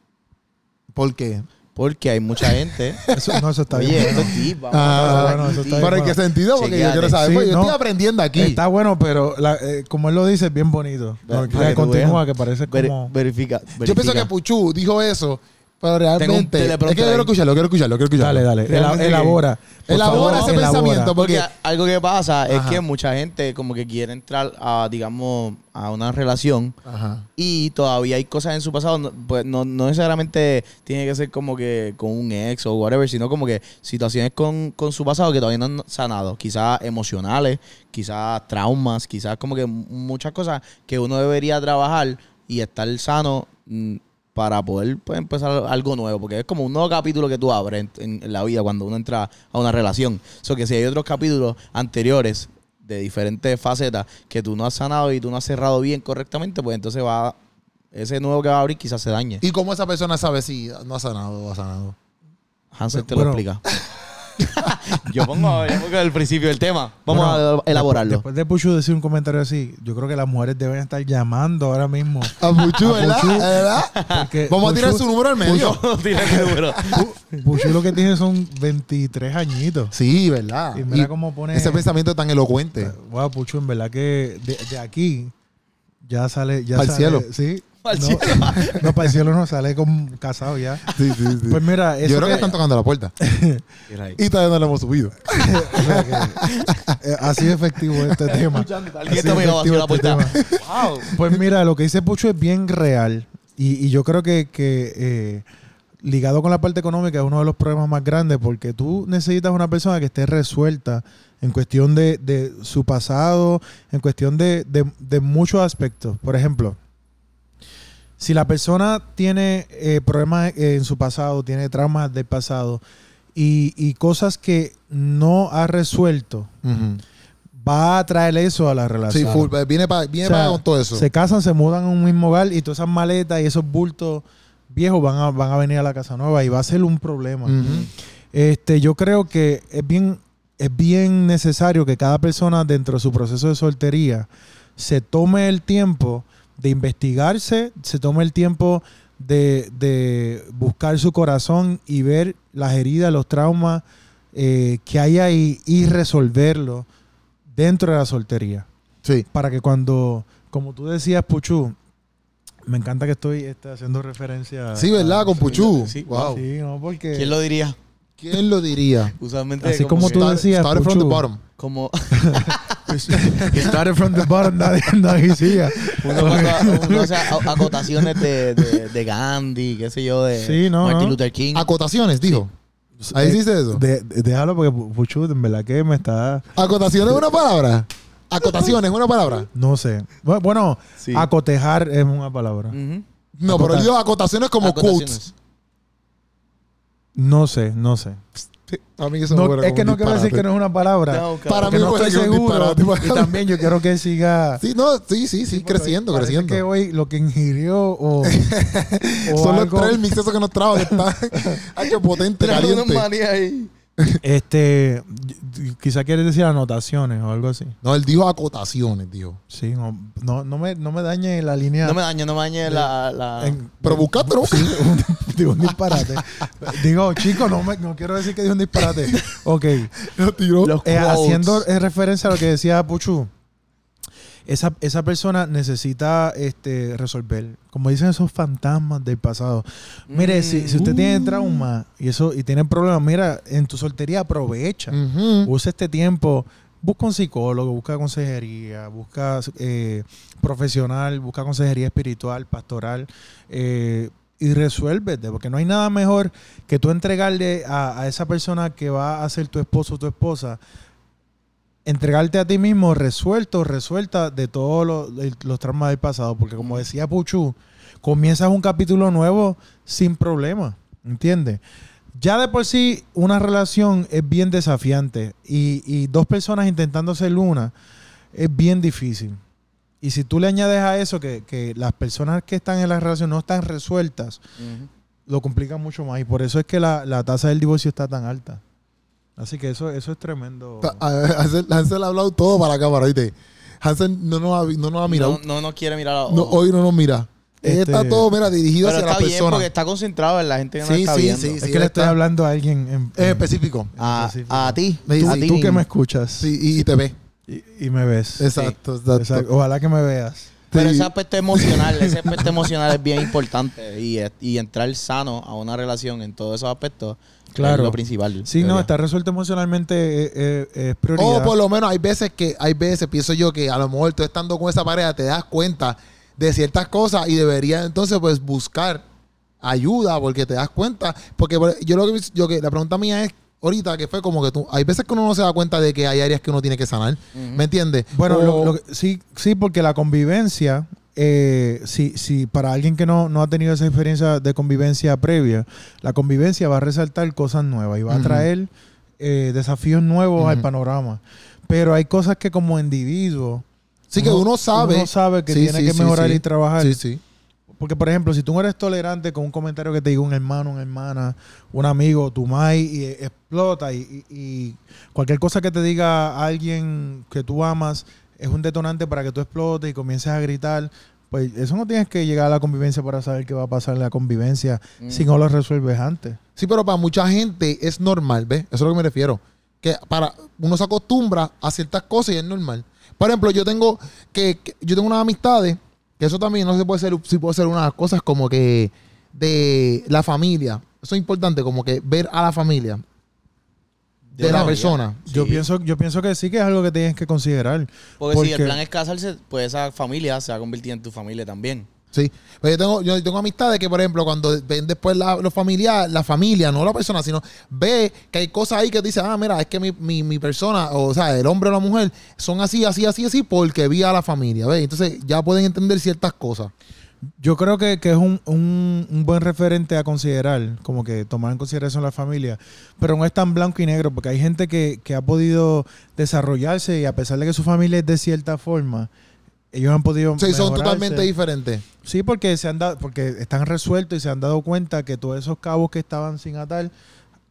A: ¿por qué?
C: Porque hay mucha gente.
B: Eso, no, eso está
C: Oye,
B: bien.
C: estos tips, vamos
B: Ah,
C: a hablar
B: bueno,
C: aquí,
B: eso está
C: tío.
B: bien.
A: ¿Para en qué sentido? Porque yo
C: Chequeate.
A: quiero saber.
B: Sí,
A: pues, yo
B: no.
A: estoy aprendiendo aquí.
B: Está bueno, pero la- eh, como él lo dice, es bien bonito.
C: Para
B: No,
C: que
B: ya
C: tú
B: continúa,
C: veas.
B: que parece
C: Ver-
B: como...
C: verifica,
A: yo pienso
C: verifica.
A: que Puchu dijo eso, pero realmente es que yo
C: teleprompter
A: quiero
C: ahí.
A: escucharlo, quiero escucharlo, quiero escucharlo.
B: Dale, dale. ela-
C: Realmente-
B: elabora. Por
A: Elabora
B: favor,
A: ese pensamiento,
C: Porque
A: porque
C: algo que pasa
A: Ajá.
C: es que mucha gente como que quiere entrar a, digamos, a una relación
A: Ajá.
C: y todavía hay cosas en su pasado, no, pues no, no necesariamente tiene que ser como que con un ex o whatever, sino como que situaciones con, con su pasado que todavía no han sanado, quizás emocionales, quizás traumas, quizás como que m- muchas cosas que uno debería trabajar y estar sano mm, para poder pues, empezar algo nuevo, porque es como un nuevo capítulo que tú abres en, en la vida cuando uno entra a una relación. So que si hay otros capítulos anteriores de diferentes facetas que tú no has sanado y tú no has cerrado bien correctamente, pues entonces va ese nuevo que va a abrir quizás se dañe.
A: ¿Y cómo esa persona sabe si no ha sanado o ha sanado?
C: Hansel te
B: Bueno.
C: lo explica. yo pongo, yo pongo el principio del tema. Vamos
B: Bueno,
C: a elaborarlo.
B: Después, después de Puchu decir un comentario así, yo creo que las mujeres deben estar llamando ahora mismo.
A: A Puchu, ¿verdad?
B: Puchu.
A: ¿Verdad?
B: porque
A: Vamos a tirar
B: Puchu-
A: su número al medio.
C: No, tira el número.
B: Pu- Puchu lo que tiene son 23 añitos.
A: Sí, ¿verdad?
B: Y mira
A: Ah, Y
B: cómo pone... Eh,
A: Ese pensamiento tan elocuente.
B: Wow, Puchu, en verdad que de, de aquí ya sale... Ya
A: Al
B: sale-
A: cielo.
B: Sí.
C: al
B: No,
C: cielo.
B: no, para el cielo no sale con casado ya.
A: Sí, sí, sí.
B: Pues mira, eso
A: Yo creo que
B: que-
A: están tocando la puerta.
C: Mira ahí.
A: Y todavía no la hemos subido.
B: o sea que, eh, así de efectivo este tema.
C: Alguien
B: Así
C: está mirando
B: efectivo
C: hacia la
B: este
C: puerta.
B: tema.
C: Wow.
B: Pues mira, lo que dice Pucho es bien real. Y, y yo creo que, que, eh, ligado con la parte económica es uno de los problemas más grandes porque tú necesitas una persona que esté resuelta en cuestión de, de su pasado, en cuestión de, de- de muchos aspectos. Por ejemplo, si la persona tiene eh, problemas eh, en su pasado, tiene traumas del pasado y, y cosas que no ha resuelto, va a traer eso a la relación.
A: Sí, full. eh, Viene para viene
B: O sea,
A: pa- con todo eso.
B: Se casan, se mudan a un mismo hogar y todas esas maletas y esos bultos viejos van a, van a venir a la casa nueva y va a ser un problema.
A: Ujú.
B: Este, yo creo que es bien, es bien necesario que cada persona dentro de su proceso de soltería se tome el tiempo de investigarse, se tome el tiempo de, de buscar su corazón y ver las heridas, los traumas eh, que hay ahí y resolverlo dentro de la soltería
A: Sí.
B: para que cuando, como tú decías, Puchu, me encanta que estoy este, haciendo referencia.
A: Sí, ¿verdad? Con Puchu.
C: Sí.
A: Wow.
B: Sí, no, porque.
C: ¿Quién lo diría?
A: ¿Quién lo diría?
C: Usualmente.
B: Así como
C: que-
B: tú decías,
A: Start from
B: Puchu.
A: the bottom.
C: Como
B: Started from the bottom, nadie, nadie decía.
C: uno, uno- uno hace a- acotaciones de, de, de Gandhi, qué sé yo, de
B: Sí, no,
C: Martin
B: no.
C: Luther King.
A: Acotaciones, dijo. Ahí dice eso.
B: Eh, De- de- déjalo porque Pu- Puchu, en verdad que me está.
A: Acotaciones es una palabra. Acotaciones es una palabra.
B: No sé. Bu- Bueno,
C: Sí.
B: acotejar es una palabra.
A: Mm.
C: Ujú.
A: No, pero él dijo acotaciones como quotes.
C: Acotaciones.
B: No sé, no sé.
A: A mí eso
B: No,
A: me huele
B: es
A: como
B: que
A: un
B: no quiero decir que
A: disparate.
B: no es una palabra.
C: No, cabrón.
A: Para
B: porque
A: mí
B: no
A: puede
B: estoy
A: ser un
B: seguro.
A: disparate.
B: Y también yo quiero que siga.
A: Sí, no, sí, sí, sí, creciendo,
B: Parece
A: creciendo.
B: que hoy lo que ingirió o, o
A: Son los
B: algo,
A: tres mix esos que nos trajo que están hecho potente,
C: Trajo unos
A: caliente.
C: maní ahí.
B: este quizá quieres decir anotaciones o algo así
A: No, él dijo acotaciones, dijo.
B: sí no no, no me no me dañe la línea
C: No me daño, no me dañe la. la...
B: en-
A: Pero buscaste, ¿no?
B: digo un disparate digo chico no me- no quiero decir que dije un disparate ok
A: Lo tiró.
C: Los
B: Eh,
C: quotes.
B: haciendo eh, referencia a lo que decía Puchu esa, esa persona necesita este, resolver, como dicen esos fantasmas del pasado. Mire, si, si usted
C: Mm.
B: tiene trauma y eso y tiene problemas, mira, en tu soltería aprovecha.
C: Mm.
A: Ujú.
B: Usa este tiempo. Busca un psicólogo, busca consejería, busca eh, profesional, busca consejería espiritual, pastoral eh, y resuélvete, porque no hay nada mejor que tú entregarle a, a esa persona que va a ser tu esposo o tu esposa, entregarte a ti mismo resuelto, resuelta de todos los, de los traumas del pasado, porque como decía Puchu, comienzas un capítulo nuevo sin problema, ¿entiendes? Ya de por sí, una relación es bien desafiante y, y dos personas intentando ser una es bien difícil. Y si tú le añades a eso que, que las personas que están en la relación no están resueltas,
C: Ujú.
B: lo complica mucho más. Y por eso es que la, la tasa del divorcio está tan alta. Así que eso, eso es tremendo.
A: Ta- ah, a- Hansel Hansel ha hablado todo para la cámara, ¿viste? Hansel no nos ha, vi- no nos ha mirado.
C: No, no, no quiere mirar a
A: No, hoy no nos mira. Él
B: Este-
A: Está todo, mira, dirigido
C: Pero
A: hacia
C: está
A: la
C: bien
A: persona.
C: porque está concentrado en la gente que no
A: Sí,
C: está
A: sí,
C: viendo.
A: sí,
B: es que le estoy
A: está- Eh, pues
B: hablando a alguien en,
A: En
B: en-
A: específico.
C: A,
B: específico.
C: a ti.
A: Me dice,
C: a
B: y
C: ti
B: tú que
C: mismo.
B: me escuchas
A: Sí, y, y te ve.
B: y, y me ves.
A: Exacto, exacto.
B: Exacto. Ojalá que me veas.
C: Pero
A: Sí.
C: ese aspecto emocional, ese aspecto emocional es bien importante y, y entrar sano a una relación en todos esos aspectos
B: Claro.
C: es lo principal.
B: Sí, no,
C: debería.
B: estar resuelto emocionalmente eh, eh, es, prioridad.
A: O Oh, por lo menos hay veces que, hay veces, pienso yo, que a lo mejor tú estando con esa pareja te das cuenta de ciertas cosas y deberías entonces pues buscar ayuda porque te das cuenta. Porque por- yo lo que, yo que la pregunta mía es ahorita que fue como que tú, hay veces que uno no se da cuenta de que hay áreas que uno tiene que sanar. ¿Me entiendes?
B: Bueno,
A: O-
B: lo- lo que- sí, sí, porque la convivencia, eh, si, si para alguien que no, no ha tenido esa experiencia de convivencia previa, la convivencia va a resaltar cosas nuevas y va a
A: Ujú.
B: traer eh, desafíos nuevos al
A: Ujú.
B: panorama. Pero hay cosas que como individuo...
A: sí que uno sabe.
B: Uno sabe que
A: Sí,
B: tiene
A: sí,
B: que
A: sí,
B: mejorar
A: sí.
B: y trabajar.
A: Sí, sí.
B: Porque, por ejemplo, si tú no eres tolerante con un comentario que te diga un hermano, una hermana, un amigo, tu mai, y eh, explota, y, y- y cualquier cosa que te diga alguien que tú amas es un detonante para que tú explotes y comiences a gritar, pues eso no tienes que llegar a la convivencia para saber qué va a pasar en la convivencia
C: Mm.
B: si no lo resuelves antes.
A: Sí, pero para mucha gente es normal, ¿ves? Eso es a lo que me refiero. Que para uno se acostumbra a ciertas cosas y es normal. Por ejemplo, yo tengo que, que- yo tengo unas amistades Que eso también no se puede ser, si puede ser una de las cosas como que de la familia. Eso es importante, como que ver a la familia de, la
C: novia.
A: persona.
B: Yo,
C: Sí.
B: pienso, yo pienso que sí que es algo que tienes que considerar.
C: Porque, si
B: porque-
C: el plan es casarse, pues esa familia se va a convertir en tu familia también.
A: Sí. Pero yo tengo, yo tengo amistades que, por ejemplo, cuando ven después la, los familia, la familia, no la persona, sino ve que hay cosas ahí que te dicen, ah, mira, es que mi, mi, mi persona, o sea, el hombre o la mujer, son así, así, así, así, porque vi a la familia. ¿ves? Entonces ya pueden entender ciertas cosas.
B: Yo creo que, que es un, un- un buen referente a considerar, como que tomar en consideración la familia, pero no es tan blanco y negro, porque hay gente que, que ha podido desarrollarse y a pesar de que su familia es de cierta forma, ellos han podido...
A: Sí, son
B: mejorarse.
A: totalmente diferentes.
B: Sí, porque, se han dado, porque están resueltos y se han dado cuenta que todos esos cabos que estaban sin atar,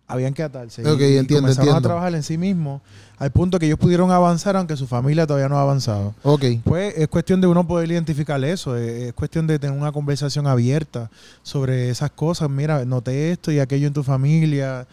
B: habían que atarse. Y-
A: Ok,
B: y,
A: entiendo,
B: comenzaron
A: entiendo.
B: a trabajar en sí mismos, al punto que ellos pudieron avanzar aunque su familia todavía no ha avanzado.
A: Ok.
B: Pues es cuestión de uno poder identificar eso, eh, es cuestión de tener una conversación abierta sobre esas cosas. Mira, noté esto y aquello en tu familia,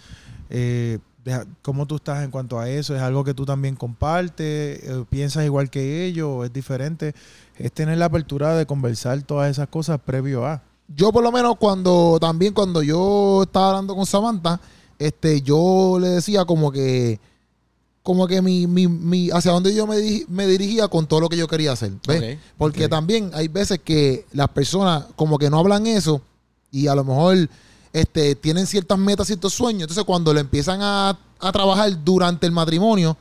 B: eh, deja- cómo tú estás en cuanto a eso, es algo que tú también compartes, Eh, piensas igual que ellos, ¿O es diferente. Es tener la apertura de conversar todas esas cosas previo a.
A: yo por lo menos cuando también cuando yo estaba hablando con Samantha, este, yo le decía como que como que mi, mi, mi hacia dónde yo me, di- me dirigía con todo lo que yo quería hacer, ¿ves?
C: Ok.
A: Porque
B: Ok.
A: también hay veces que las personas como que no hablan eso y a lo mejor este, tienen ciertas metas, ciertos sueños. Entonces cuando lo empiezan a, a trabajar durante el matrimonio,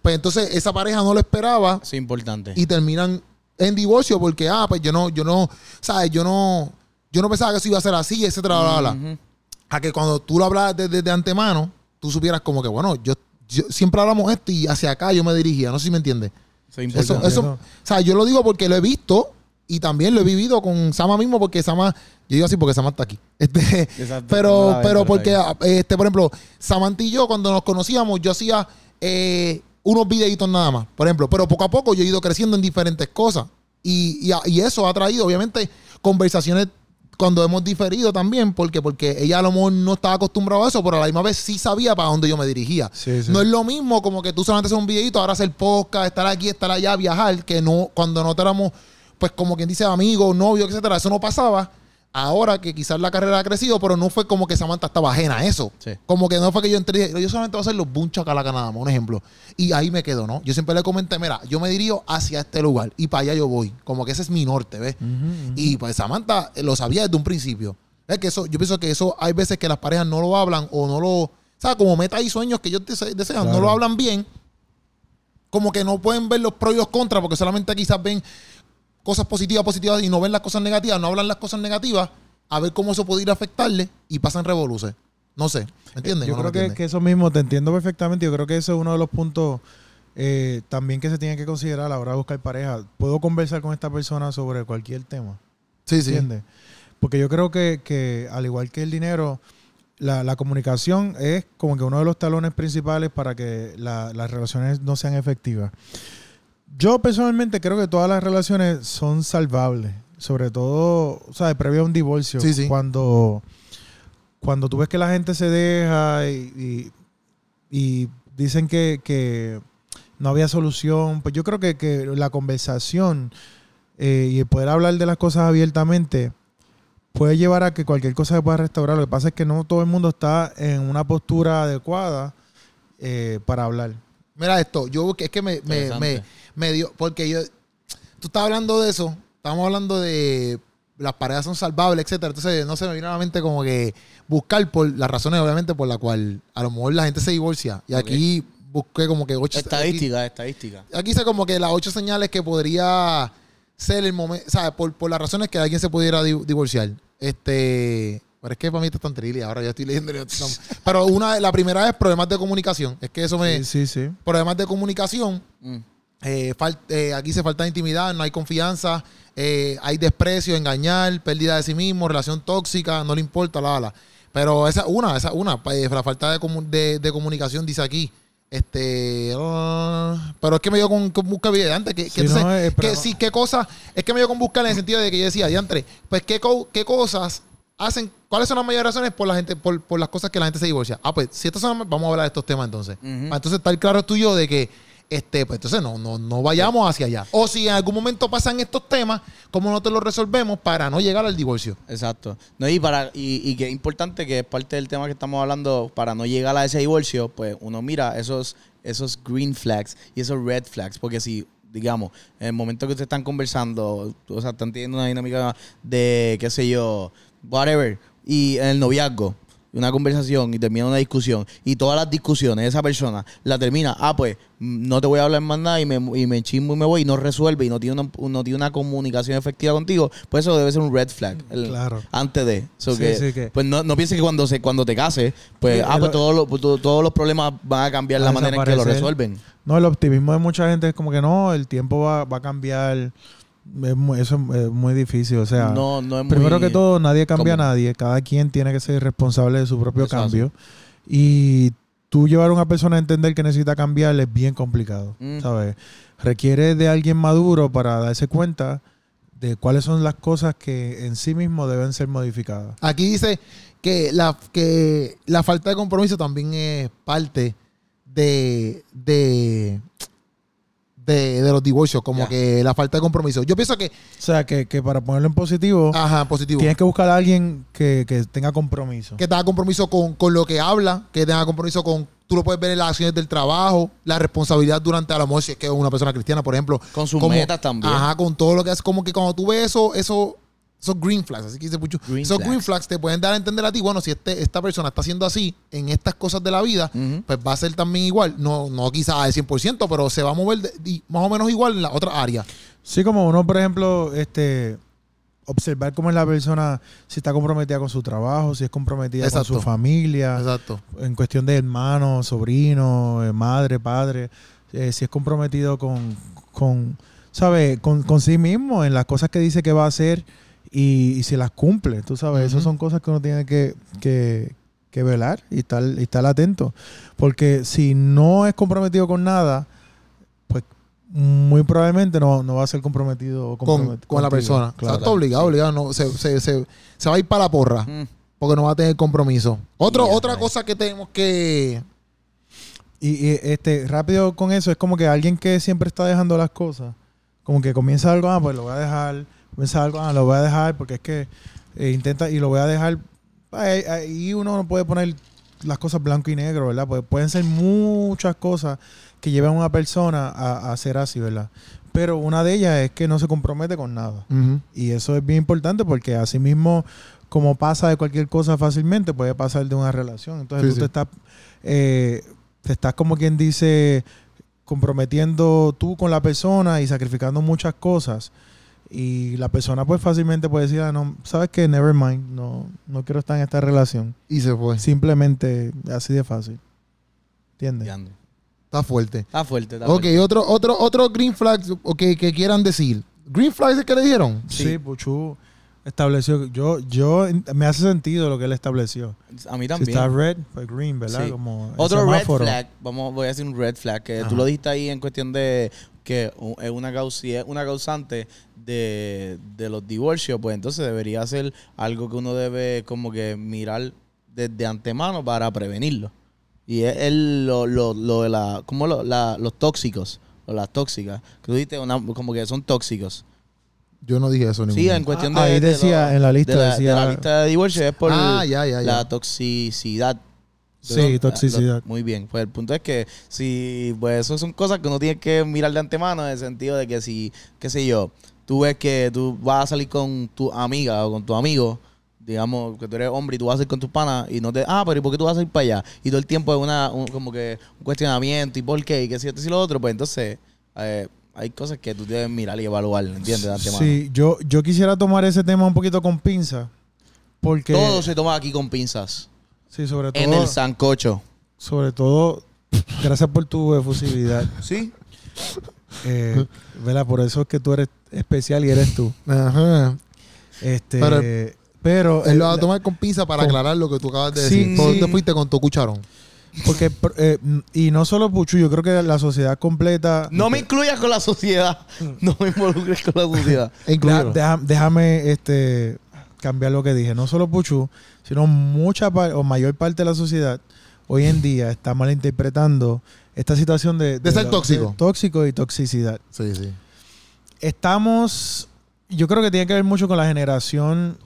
A: pues entonces esa pareja no lo esperaba
C: Eso es importante.
A: y terminan en divorcio porque ah pues yo no yo no sabes yo no yo no pensaba que eso iba a ser así etcétera bla, bla, bla.
C: Ujú.
A: a que cuando tú lo hablas desde de antemano tú supieras como que bueno yo, yo- siempre hablamos esto y hacia acá yo me dirigía no sé si me entiendes
C: Eso es
A: eso
C: importante.
A: eso
B: ¿no?
A: o sea yo lo digo porque lo he visto y también lo he vivido con Sama mismo porque Sama yo digo así porque Sama está aquí este
C: Exacto, no la
A: pero
C: ven,
A: pero
C: la
A: porque
C: ven.
A: ah, este por ejemplo Samantha y yo cuando nos conocíamos yo hacía eh, unos videitos nada más por ejemplo pero poco a poco yo he ido creciendo en diferentes cosas y, y a- y eso ha traído obviamente conversaciones cuando hemos diferido también porque porque ella a lo mejor no estaba acostumbrada a eso pero a la misma vez sí sabía para dónde yo me dirigía
B: Sí, sí.
A: no es lo mismo como que tú solamente haces un videito, ahora hacer podcast, estar aquí, estar allá, viajar, que no, cuando no éramos, pues como quien dice, amigos, novios, etcétera, eso no pasaba. Ahora que quizás la carrera ha crecido, pero no fue como que Samantha estaba ajena a eso.
C: Sí.
A: Como que no fue que yo entré y dije, yo solamente voy a hacer los boom chacalaca nada más, un ejemplo. Y ahí me quedo, ¿no? Yo siempre le comenté, mira, yo me dirijo hacia este lugar y para allá yo voy. Como que ese es mi norte, ¿ves? Y pues Samantha eh, lo sabía desde un principio. Es que eso, yo pienso que eso hay veces que las parejas no lo hablan o no lo. O sea, como metas y sueños que ellos dese- desean, no
B: Claro.
A: lo hablan bien. Como que no pueden ver los pros y los contras, porque solamente quizás ven cosas positivas, positivas y no ven las cosas negativas, no hablan las cosas negativas, a ver cómo eso puede ir a afectarle y pasan revoluces. No sé. ¿Me entiendes?
B: Eh, Yo
A: ¿O no me
B: creo que,
A: entiendes?
B: que eso mismo, te entiendo perfectamente. Yo creo que eso es uno de los puntos eh, también que se tiene que considerar a la hora de buscar pareja. Puedo conversar con esta persona sobre cualquier tema.
A: sí, sí.
B: ¿Entiendes? Porque yo creo que, que, al igual que el dinero, la, la comunicación es como que uno de los talones principales para que la- las relaciones no sean efectivas. Yo personalmente creo que todas las relaciones son salvables, sobre todo, ¿sabes? Previo a un divorcio.
A: Sí, sí.
B: Cuando, cuando tú ves que la gente se deja y, y- y dicen que, que no había solución, pues yo creo que, que la conversación eh, y el poder hablar de las cosas abiertamente puede llevar a que cualquier cosa se pueda restaurar. Lo que pasa es que no todo el mundo está en una postura adecuada eh, para hablar.
A: Mira esto, yo es que me, me,
C: Interesante.
A: me, me dio, porque yo, tú estás hablando de eso, estamos hablando de las parejas son salvables, etcétera. Entonces, no se me vino a la mente como que buscar por las razones, obviamente, por la cual a lo mejor la gente se divorcia. Y
C: Ok.
A: aquí busqué como que ocho
C: Estadística, estadística.
A: Aquí, aquí hice como que las ocho señales que podría ser el momento, o sea, por, por las razones que alguien se pudiera di- divorciar. Este. Pero es que para mí esto es tan triste, ahora yo estoy leyendo. Pero una, la primera es problemas de comunicación. Es que eso me.
B: Sí, sí, sí.
A: Problemas de comunicación.
C: Mm.
A: Eh, fal- eh, aquí se falta intimidad, no hay confianza, eh, hay desprecio, engañar, pérdida de sí mismo, relación tóxica, no le importa, la, la. Pero esa es una, esa es una, pa- eh, la falta de, comu- de- de comunicación dice aquí. Este, ah, pero es que me dio con, con buscar video antes que, que
B: Sí,
A: entonces,
B: no, eh,
A: que
B: pero-
A: sí, qué cosas, es que me dio con buscar en el sentido de que yo decía, diantre, pues qué, co- qué cosas hacen, cuáles son las mayores razones por la gente, por, por las cosas que la gente se divorcia. Ah, pues si estas son, las- vamos a hablar de estos temas entonces.
C: Ujú.
A: Ah, Entonces, estar claro tuyo de que Este, pues entonces no, no, no vayamos hacia allá. O si en algún momento pasan estos temas, ¿cómo no te los resolvemos para no llegar al divorcio?
C: Exacto. No, y para, y, y que es importante que es parte del tema que estamos hablando, para no llegar a ese divorcio, pues uno mira esos, esos green flags y esos red flags. Porque si, digamos, en el momento que ustedes están conversando, o sea, están teniendo una dinámica de, qué sé yo, whatever, y en el noviazgo, una conversación y termina una discusión, y todas las discusiones de esa persona la termina, ah, pues mm, no te voy a hablar más nada y me, y me chismo y me voy y no resuelve y no tiene una, no tiene una comunicación efectiva contigo, pues eso debe ser un red flag. el-
B: Claro.
C: Antes de. So
B: Sí,
C: que,
B: sí, que-
C: Pues no, no pienses que cuando, se, cuando te cases, pues,
B: Sí,
C: ah,
B: el-
C: pues todos los, pues, to- todos los problemas van a cambiar
B: Va
C: la
B: a
C: manera en que lo
B: desaparecer.
C: resuelven.
B: No, el optimismo de mucha gente es como que no, el tiempo va, va a cambiar. Es muy- eso es, es muy difícil. O sea,
C: no, no es muy-
B: primero que todo, nadie cambia
C: común.
B: a nadie. Cada quien tiene que ser responsable de su propio
C: Eso
B: cambio. Y tú llevar a una persona a entender que necesita cambiar es bien complicado.
C: Mm.
B: ¿Sabes? Requiere de alguien maduro para darse cuenta de cuáles son las cosas que en sí mismo deben ser modificadas.
A: Aquí dice que la, que la falta de compromiso también es parte de, de, de, de los divorcios, como
C: Ya.
A: que la falta de compromiso. Yo pienso que,
B: O sea, que, que para ponerlo en positivo,
C: Ah,
A: ajá, positivo.
B: tienes que buscar a alguien que, que tenga compromiso.
A: que tenga compromiso con, con lo que habla, que tenga compromiso con, tú lo puedes ver en las acciones del trabajo, la responsabilidad durante, a lo mejor si es que es una persona cristiana, por ejemplo.
C: Con sus
A: como-
C: metas también.
A: Ajá, con todo lo que hace, como que cuando tú ves eso, eso, esos green flags, así que dice Puchu,
C: Green
A: esos
C: flags.
A: green flags te pueden dar a entender a ti, bueno, si este, esta persona está haciendo así en estas cosas de la vida,
C: Ujú.
A: pues va a ser también igual, no, no quizás al 100%, pero se va a mover de- y más o menos igual en la otra área.
B: Sí, como uno, por ejemplo, este observar cómo es la persona, si está comprometida con su trabajo, si es comprometida
A: Exacto.
B: con su familia,
A: Exacto.
B: en cuestión de hermano, sobrino, eh, madre, padre, eh, si es comprometido con, con ¿sabe? Con, con sí mismo, en las cosas que dice que va a hacer y, y si las cumple, tú sabes, esas
A: Ujú.
B: son cosas que uno tiene que, que- que velar y estar, y estar atento. Porque si no es comprometido con nada, pues muy probablemente no, no va a ser comprometido o
A: Con,
B: compromet-
A: con la
B: contigo.
A: persona.
B: Claro.
A: Exacto, obligado, obligado. No, se, se, se, se va a ir para la porra.
B: Ah.
C: Mm.
A: porque no va a tener compromiso. Otro,
C: Yeah,
A: otra
C: right.
A: cosa que tenemos que.
B: Y, y, este, rápido con eso, es como que alguien que siempre está dejando las cosas, como que comienza algo, ah, pues lo voy a dejar, comienza algo, ah, lo voy a dejar, porque es que eh, intenta y lo voy a dejar. Ahí- Ahí uno no puede poner las cosas blanco y negro, ¿verdad? Pues pueden ser muchas cosas que llevan a una persona a, a ser así, ¿verdad? Pero una de ellas es que no se compromete con nada. Y eso es bien importante porque así mismo, como pasa de cualquier cosa fácilmente, puede pasar de una relación. Entonces
A: Sí,
B: tú
A: sí.
B: te estás, eh, te estás como quien dice, comprometiendo tú con la persona y sacrificando muchas cosas. Y la persona pues fácilmente puede decir, ah, no, sabes que never mind, no, no quiero estar en esta relación.
A: Y se fue.
B: Simplemente así de fácil. ¿Entiendes?
C: Ya ando.
A: Está fuerte.
C: Está fuerte, está
A: Ok,
C: fuerte.
A: otro, otro, otro green flag que, que quieran decir. ¿Green flags es que le dijeron?
B: Sí,
C: Sí.
B: Puchu estableció, yo, yo, me hace sentido lo que él estableció.
C: A mí
B: Si está
C: también.
B: red, pues green, ¿verdad?
C: Sí.
B: Como el
C: Otro red
B: semáforo.
C: flag. Vamos, voy a decir un red flag. Que
A: Ajá.
C: tú lo dijiste ahí en cuestión de que u- es una, caus- si es una causante de, de los divorcios. Pues entonces debería ser algo que uno debe como que mirar desde antemano para prevenirlo. Y es el, lo, lo, lo de la, como lo- la- los tóxicos o las tóxicas. Que tú dijiste una- como que son tóxicos.
A: Yo no dije eso.
C: Sí,
A: ninguno.
C: en cuestión de.
B: Ah, ahí
C: de
B: decía, en la lista
C: de la,
B: decía-
C: de la lista de divorcio es por
A: Ah, ya, ya, ya.
C: la toxicidad.
B: Sí, toxicidad.
C: Ah, lo- Muy bien. Pues el punto es que si, pues eso son cosas que uno tiene que mirar de antemano, en el sentido de que si, qué sé yo, tú ves que tú vas a salir con tu amiga o con tu amigo, digamos que tú eres hombre y tú vas a ir con tus panas y no te, ah, pero ¿y por qué tú vas a ir para allá? Y todo el tiempo es una, un- como que un cuestionamiento y por qué y qué si esto y lo otro, pues entonces eh, hay cosas que tú debes mirar y evaluar, ¿entiendes? De antemano.
B: Sí, yo, yo quisiera tomar ese tema un poquito con pinza. Porque.
C: Todo se toma aquí con pinzas.
B: sí, sobre todo.
C: En el sancocho.
B: sobre todo. Gracias por tu efusividad.
C: Sí.
B: Eh, ¿Verdad? Por eso es que tú eres especial y eres tú.
A: Ajá.
B: Este,
A: Pero-
B: pero.
A: Él lo va a tomar con pinza para
B: Con-
A: aclarar lo que tú acabas de
B: Sí,
A: decir. ¿Por
B: sí.
A: dónde fuiste con tu cucharón?
B: Porque. pr- eh, y no solo Puchu, yo creo que la sociedad completa.
C: No me incluyas con la sociedad. No me involucres con la sociedad.
A: E
B: Deja-
A: incluyeron.
B: deja- déjame este, cambiar lo que dije. No solo Puchu, sino mucha par- o mayor parte de la sociedad hoy en día está malinterpretando esta situación de...
A: De ser
B: lo-
A: tóxico.
B: de tóxico y toxicidad.
A: Sí, sí.
B: Estamos... Yo creo que tiene que ver mucho con la generación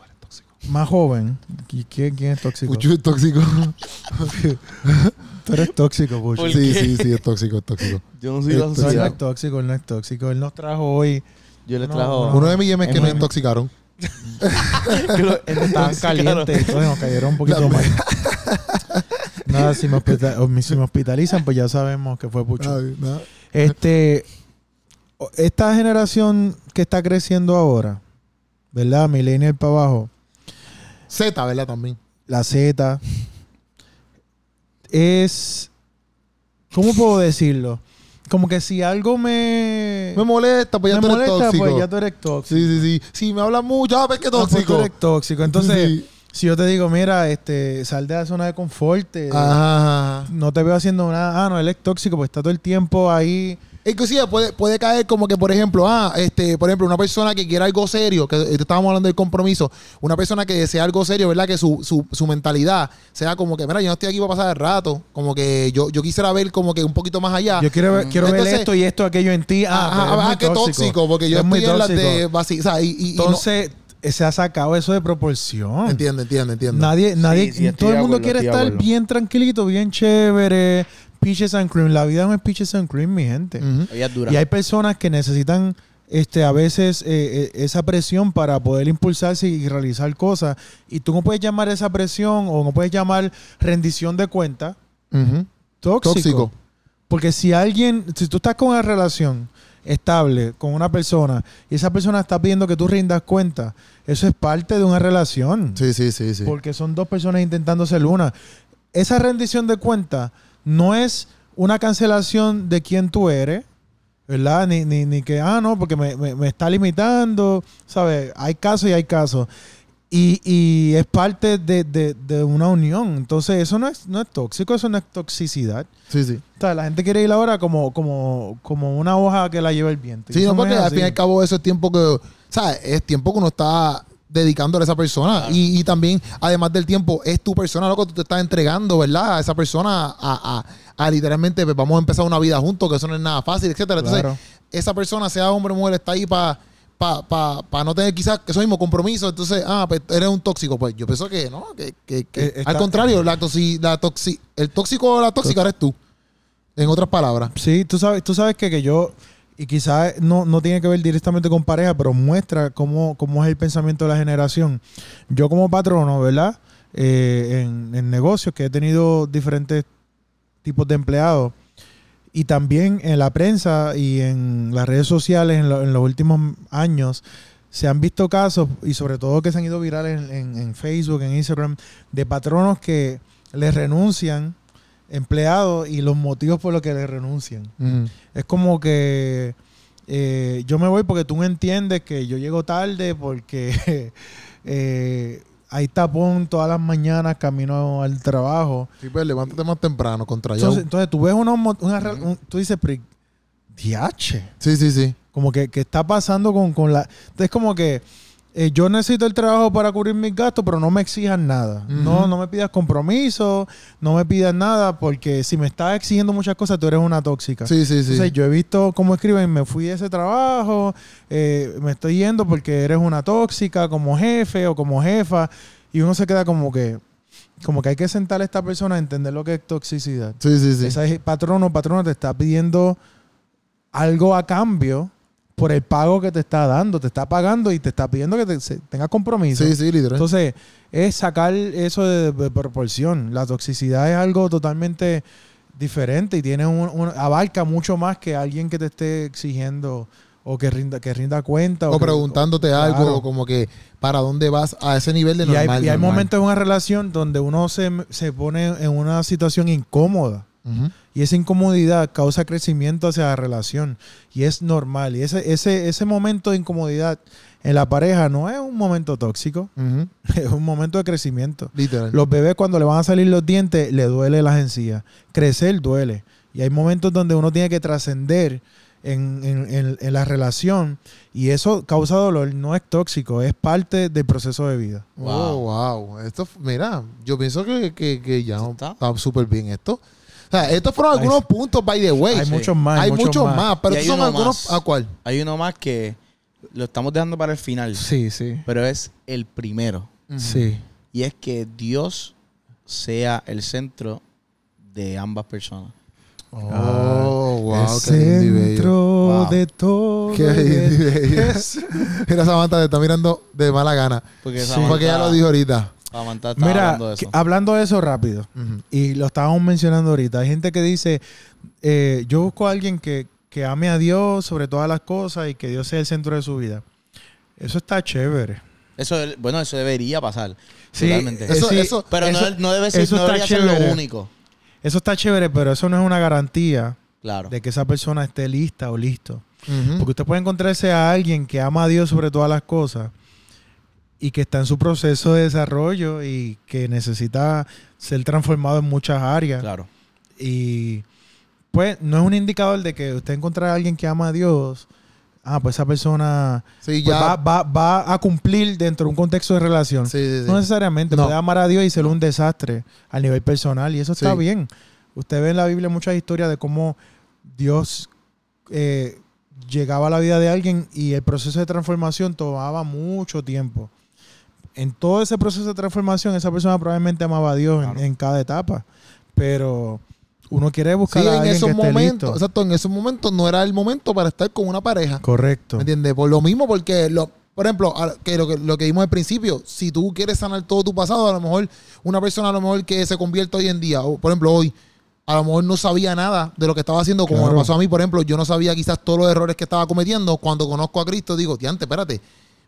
B: más joven. ¿Y ¿Quién, quién es tóxico?
A: Puchu es tóxico.
B: Tú eres tóxico, Pucho.
C: ¿Por
A: Sí,
C: qué?
A: sí, sí, es tóxico, es tóxico.
C: Yo no soy de
A: Esto
B: No,
C: la
B: él no
C: sociedad.
B: es tóxico, él no es tóxico. Él nos trajo hoy.
C: Yo les
B: No,
C: trajo.
A: Uno de mis yemes
C: Es
A: que nos
C: muy-
A: intoxicaron.
C: que lo-
B: Estaban calientes, entonces nos cayeron un poquito
A: La-
B: mal. Nada, si me, hospita- o si me hospitalizan, pues ya sabemos que fue Pucho.
A: Ay, nada.
B: Este, o- esta generación que está creciendo ahora, ¿verdad? Millennial para abajo,
A: Z, ¿verdad? También.
B: la Z, es. ¿Cómo puedo decirlo? Como que si algo me.
A: Me molesta, pues ya
B: Eh, me
A: tú eres
B: molesta,
A: tóxico.
B: pues ya tú eres tóxico.
A: Sí, sí, sí. Si me hablan mucho, ah, pues que
B: Ah, pues tú
A: tóxico.
B: eres tóxico. Entonces,
A: Sí.
B: si yo te digo, mira, este, sal de la zona de confort, eh,
A: Ajá. ajá.
B: no te veo haciendo nada, ah, no, él es tóxico, pues está todo el tiempo ahí.
A: Inclusive puede, puede caer como que, por ejemplo, ah, este, por ejemplo, una persona que quiera algo serio, que eh, estábamos hablando del compromiso, una persona que desea algo serio, ¿verdad? Que su, su, su mentalidad sea como que, mira, yo no estoy aquí para pasar el rato, como que yo, yo quisiera ver como que un poquito más allá.
B: Yo quiero ver, quiero ver
A: Ah. Entonces-
B: esto y esto, aquello en ti. Ah,
A: Ajá,
B: pues es
A: ajá,
B: muy
A: qué tóxico, porque yo
B: Es
A: estoy en las
B: tóxico.
A: de vaci- o sea, y, y- y no-
B: Entonces, eh, se ha sacado eso de proporción.
A: entiendo, entiendo, entiendo.
B: Nadie, nadie,
C: sí, estoy
B: todo
C: de
B: el mundo
C: acuerdo,
B: quiere
C: estoy de
B: estar
C: acuerdo.
B: bien tranquilito, bien chévere. Peaches and cream. La vida no es peaches and cream, mi gente.
A: Ujú.
C: Ella es dura.
B: Y hay personas que necesitan este, a veces eh, eh, esa presión para poder impulsarse y realizar cosas. Y tú no puedes llamar esa presión o no puedes llamar rendición de cuenta
A: Ujú.
B: tóxico.
A: Tóxico.
B: Porque si alguien, si tú estás con una relación estable con una persona y esa persona está pidiendo que tú rindas cuenta, eso es parte de una relación.
A: Sí, sí, sí, sí.
B: Porque son dos personas intentando ser una. Esa rendición de cuenta no es una cancelación de quién tú eres, ¿verdad? Ni, ni, ni que, ah, no, porque me, me- me está limitando, ¿sabes? Hay casos y hay casos. Y, y es parte de, de- de una unión. Entonces, eso no es, no es tóxico, eso no es toxicidad.
A: Sí, sí.
B: O sea, la gente quiere ir ahora como, como, como una hoja que la lleva el viento. Y
A: Sí,
B: eso
A: no, porque
B: es
A: al
B: así.
A: fin y al cabo eso es tiempo que, ¿sabes? Es tiempo que uno está dedicándole a esa persona. Y, y también, además del tiempo, es tu persona, loco, tú te estás entregando, ¿verdad? A esa persona a, a- a literalmente, pues, vamos a empezar una vida juntos, que eso no es nada fácil, etcétera. Entonces,
B: Claro.
A: esa persona, sea hombre o mujer, está ahí para no tener quizás eso mismo compromiso. Entonces, ah, pues eres un tóxico. Pues yo pienso que no, que, que- que-
B: Eh, está-
A: al contrario, la toxi, la toxi, el tóxico o la tóxica eres tú. En otras palabras.
B: Sí, tú sabes, tú sabes que, que yo, y quizás no, no tiene que ver directamente con pareja, pero muestra cómo, cómo es el pensamiento de la generación. Yo como patrono, ¿verdad? Eh, en, en negocios que he tenido diferentes tipos de empleados, y también en la prensa y en las redes sociales en, lo- en los últimos años, se han visto casos, y sobre todo que se han ido virales en, en- en Facebook, en Instagram, de patronos que les renuncian empleados y los motivos por los que les renuncian. Es como que eh, yo me voy porque tú no entiendes que yo llego tarde porque eh, hay tapón todas las mañanas camino al trabajo.
A: Sí, pues levántate más temprano contra yo.
B: Entonces, entonces tú ves unos mo- una re- un- tú dices, "Pri- diache,
A: Sí, sí, sí.
B: como que, que está pasando con, con la... Entonces como que eh, yo necesito el trabajo para cubrir mis gastos, pero no me exijan nada. No
A: Ujú.
B: no me pidas compromiso, no me pidas nada, porque si me estás exigiendo muchas cosas, tú eres una tóxica.
A: Sí, sí, sí.
B: Entonces yo he visto cómo escriben, me fui de ese trabajo, eh, me estoy yendo porque eres una tóxica como jefe o como jefa, y uno se queda como que, como que hay que sentar a esta persona a entender lo que es toxicidad.
A: sí, sí, sí.
B: Esa es patrono, patrono te está pidiendo algo a cambio por el pago que te está dando, te está pagando y te está pidiendo que te, se- tengas compromiso.
A: Sí, sí, literal.
B: Entonces, es sacar eso de, de proporción. La toxicidad es algo totalmente diferente y tiene un, un- abarca mucho más que alguien que te esté exigiendo o que rinda que rinda cuenta
A: o
B: que-
A: preguntándote algo
B: Claro.
A: como que para dónde vas a ese nivel de
B: y hay,
A: normal.
B: y hay
A: normal.
B: momentos en una relación donde uno se, se pone en una situación incómoda
A: Ujú.
B: y esa incomodidad causa crecimiento hacia la relación y es normal y ese ese ese momento de incomodidad en la pareja no es un momento tóxico
A: Ujú.
B: es un momento de crecimiento
A: Literal.
B: Los bebés cuando le van a salir los dientes, le duele las encías. Crecer duele. Y hay momentos donde uno tiene que trascender en, en- en- en la relación y eso causa dolor, no es tóxico, es parte del proceso de vida.
A: Wow. wow. Esto, f- mira, yo pienso que, que, que ya
C: ¿Esto está?
A: está súper bien esto. O sea, estos fueron
B: Hay-
A: algunos puntos, by the way.
B: hay
A: Sí.
B: muchos más,
A: Hay muchos más, pero
C: Y
A: estos
C: hay
A: son
C: uno
A: algunos.
C: más.
A: ¿A cuál?
C: Hay uno más que lo estamos dejando para el final,
B: Sí, sí,
C: pero es el primero.
B: sí.
C: Y es que Dios sea el centro de ambas personas.
A: Oh, wow.
B: Ah, el
A: Qué lindo y bello.
B: centro
C: Wow.
B: de todo.
A: Qué lindo y bello.
B: es-
A: Mira, Samantha te está mirando de mala gana.
C: Porque
B: Sí.
C: Samantha-
A: Porque ella lo dijo ahorita.
C: Samantha estaba
B: Mira,
C: hablando de
B: que-
C: eso.
B: hablando de eso rápido,
A: Ujú.
B: y lo estábamos mencionando ahorita. Hay gente que dice, eh, yo busco a alguien que, que ame a Dios sobre todas las cosas y que Dios sea el centro de su vida. Eso está chévere.
C: Eso, es- bueno, eso debería pasar.
B: Sí,
C: totalmente.
B: eh,
A: Eso,
B: sí,
A: eso,
C: pero no-
B: eso-
C: no, debe ser,
B: eso
C: no
B: está
C: debería ser lo
B: chévere.
C: único.
B: Eso está chévere, pero eso no es una garantía
C: Claro.
B: de que esa persona esté lista o listo.
A: ujú.
B: Porque usted puede encontrarse a alguien que ama a Dios sobre todas las cosas y que está en su proceso de desarrollo y que necesita ser transformado en muchas áreas.
C: Claro.
B: Y pues no es un indicador de que usted encontrar a alguien que ama a Dios. Ah, pues esa persona
A: Sí,
B: pues,
A: ya.
B: va, va- va a cumplir dentro de un contexto de relación.
A: Sí, sí, sí.
B: No necesariamente.
A: No.
B: Puede amar a Dios y ser un desastre a nivel personal. Y eso está
A: Sí.
B: bien. Usted ve en la Biblia muchas historias de cómo Dios eh, llegaba a la vida de alguien y el proceso de transformación tomaba mucho tiempo. En todo ese proceso de transformación, esa persona probablemente amaba a Dios en-
C: Claro.
B: en, cada etapa. Pero uno quiere
A: Sí,
B: buscar a
A: en
B: alguien
A: esos
B: que esté
A: momentos,
B: listo.
A: exacto, en esos momentos no era el momento para estar con una pareja.
B: Correcto.
A: ¿Me entiendes? Por lo mismo, porque, lo, por ejemplo, a- que lo, que lo que vimos al principio, si tú quieres sanar todo tu pasado, a lo mejor una persona a lo mejor que se convierte hoy en día, o por ejemplo hoy, a lo mejor no sabía nada de lo que estaba haciendo, como
B: Claro.
A: me pasó a mí, por ejemplo, yo no sabía quizás todos los errores que estaba cometiendo. Cuando conozco a Cristo, digo, diante, espérate.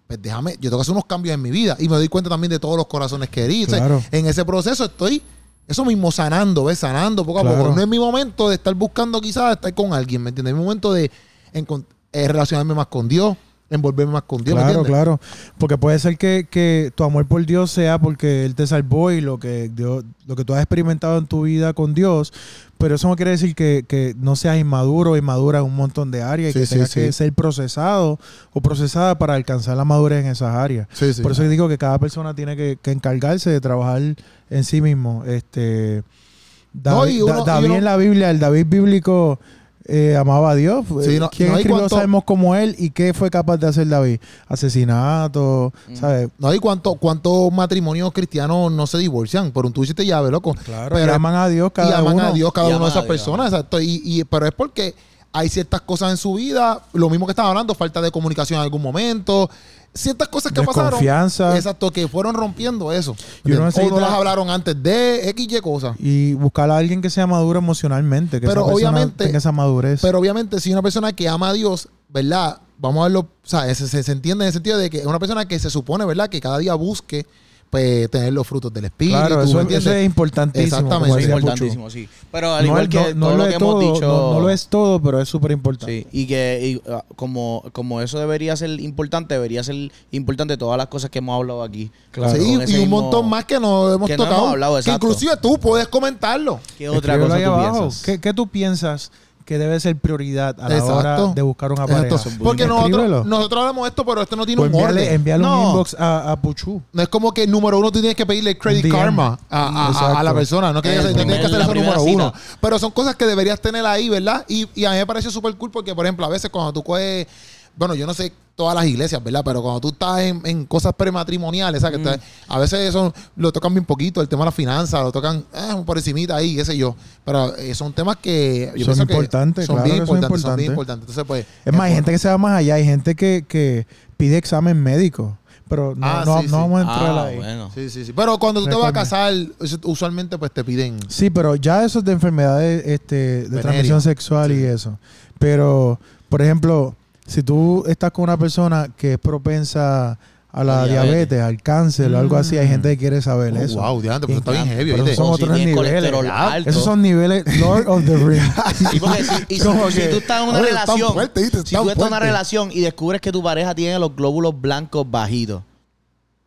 A: Pues déjame, yo tengo que hacer unos cambios en mi vida y me doy cuenta también de todos los corazones que herí. O sea,
B: Claro.
A: En ese proceso estoy, eso mismo, sanando, ¿ves? Sanando poco a
B: Claro.
A: poco. No es mi momento de estar buscando quizás estar con alguien, ¿me entiendes? Es mi momento de encon- eh, relacionarme más con Dios, envolverme más con Dios, ¿me
B: claro,
A: entiendes?
B: claro. Porque puede ser que, que tu amor por Dios sea porque Él te salvó y lo que, Dios, lo que tú has experimentado en tu vida con Dios, pero eso no quiere decir que, que no seas inmaduro o inmadura en un montón de áreas
A: Sí,
B: y que
A: sí,
B: tengas
A: sí.
B: que ser procesado o procesada para alcanzar la madurez en esas áreas.
A: Sí, sí.
B: Por eso digo que cada persona tiene que, que encargarse de trabajar en sí mismo. Este,
A: No,
B: David,
A: y uno-
B: Da-
A: y
B: David
A: uno-
B: en la Biblia, el David bíblico eh, amaba a Dios. Eh,
A: Sí, no-
B: ¿Quién
A: no, y
B: escribió
A: cuánto-
B: salmos como él y qué fue capaz de hacer David? Asesinato,
C: Mm.
B: ¿sabes?
A: No, y cuánto- cuántos matrimonios cristianos no se divorcian por un tú hiciste llave, loco.
B: Claro,
A: Pero-
B: pero aman a Dios cada
A: y aman
B: uno.
A: a Dios cada
C: Y
A: una de
C: aman
A: esas
C: a Dios.
A: personas, exacto. Y, y- pero es porque hay ciertas cosas en su vida, lo mismo que estaba hablando, falta de comunicación en algún momento, ciertas cosas que pasaron.
B: Desconfianza.
A: Exacto, que fueron rompiendo eso.
B: Y uno
A: O
B: necesita-
A: no las hablaron antes de X y cosas.
B: Y buscar a alguien que sea maduro emocionalmente, que
A: Pero
B: esa persona
A: obviamente-
B: tenga esa madurez.
A: Pero obviamente, si una persona que ama a Dios, ¿verdad? Vamos a verlo, o sea, se, se- se entiende en el sentido de que es una persona que se supone, ¿verdad? Que cada día busque pues, tener los frutos del Espíritu.
B: claro, eso,
A: ¿me
B: eso
A: entiendes?
B: es importantísimo.
A: Exactamente, eso
B: como
C: Es
A: Pues
B: decía Pucho.
C: importantísimo, sí. Pero al
B: No
C: igual
B: es- no-
C: que
B: no
C: todo
B: lo
C: lo
B: es
C: que hemos
B: todo,
C: dicho.
B: no- no lo es todo, pero es súper importante.
C: Sí, y que y, ah, como, como eso debería ser importante, debería ser importante todas las cosas que hemos hablado aquí.
B: Claro.
A: Sí,
C: Con ese
A: y un
C: mismo-
A: montón más que no hemos
C: que no
A: tocado.
C: hemos hablado,
A: que
C: exacto.
A: inclusive tú puedes comentarlo.
C: ¿Qué otra
B: Escríbelo
C: cosa
B: ahí
C: tú
B: abajo.
C: piensas?
B: ¿Qué, qué tú piensas que debe ser prioridad a la
A: Exacto.
B: hora de buscar una pareja?
A: Exacto. Porque
B: Escríbelo.
A: nosotros, nosotros hablamos de esto, pero esto no tiene
B: O
A: un
B: envíale,
A: orden.
B: envíale un
A: no,
B: inbox a, a Puchu.
A: no es como que número uno tú tienes que pedirle credit
B: DM.
A: karma a, a- a- a la
B: Exacto.
A: persona. No, que
C: El
A: no tienes
C: primer-
A: que hacer
C: la
A: eso
C: primera
A: número uno.
C: cita.
A: Pero son cosas que deberías tener ahí, ¿verdad? Y, y a mí me parece súper cool porque, por ejemplo, a veces cuando tú coges. Bueno, yo no sé todas las iglesias, ¿verdad? Pero cuando tú estás en, en cosas prematrimoniales, ¿sabes? Que
C: Mm.
A: te- a veces eso lo tocan bien poquito, el tema de la finanza, lo tocan eh, por encimita ahí, qué sé yo. Pero eh, son temas que yo
B: Son
A: pienso que
B: importantes,
A: son
B: claro
A: bien
B: que son
A: importantes, son bien
B: importantes.
A: importantes. Entonces, pues,
B: Es más, hay
A: bueno.
B: gente que se va más allá, hay gente que, que pide examen médico. Pero no,
A: Ah,
B: no,
A: sí,
B: no
A: sí.
B: vamos a entrar
C: Ah,
B: ahí.
C: bueno.
A: Sí, sí, sí. Pero cuando tú te vas a
B: Recuerda.
A: casar, eso- usualmente pues te piden.
B: Sí, pero ya eso es de enfermedades este, de
A: Venérea.
B: transmisión sexual y eso. Pero, por ejemplo, si tú estás con una persona que es propensa a la
C: A
B: diabetes,
C: diabetes.
B: al cáncer o algo así, hay
A: Mm.
B: gente que quiere saber
A: Oh,
B: eso.
A: Wow, diante, pero está bien
C: Ah,
A: heavy,
B: pero
A: ¿oíste?
B: son
C: O
B: otros
C: tienes
B: niveles,
C: colesterol
A: ya.
C: alto.
B: Esos son niveles Lord of the Rings.
C: Sí, porque si, y si-
B: Como
C: si
B: que-
C: tú estás en una
A: Oye, tan
C: relación,
A: fuerte, ¿viste?
C: si
A: Tan
C: tú estás en una
A: fuerte.
C: relación y descubres que tu pareja tiene los glóbulos blancos bajitos,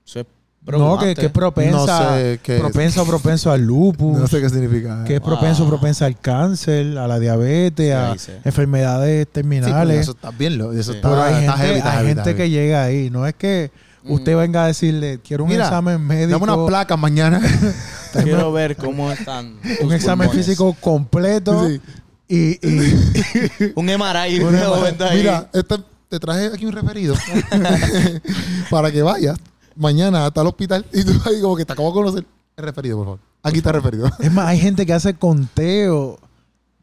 C: eso es
B: No, que,
C: Preocupante.
B: que es propensa,
A: No sé qué es.
B: propensa o propenso al lupus,
A: No sé qué Ah. significa.
B: que es propenso o
C: Wow.
B: propensa al cáncer, a la diabetes, a
C: Ahí sí.
B: enfermedades
A: Sí, pero
B: terminales.
A: eso está bien, lo- eso
C: Sí.
A: está,
B: Pero hay
A: Ah, está
B: gente,
A: heavy, está
B: hay
A: heavy,
B: gente
A: está heavy.
B: que llega ahí. No es que
C: Mm.
B: usted venga a decirle, quiero un
A: Mira,
B: examen médico,
A: Dame unas placas mañana.
C: Quiero ver cómo están.
B: un
C: tus
B: examen
C: pulmones.
B: físico completo
A: Sí.
B: y, y-
C: Un MRI.
B: Un
C: una
B: MRI.
C: venta ahí.
A: Mira, este- te traje aquí un referido para que vayas mañana hasta el hospital y tú ahí como que te acabo de conocer. El referido, por favor. Aquí está el referido.
B: es más, hay gente que hace conteo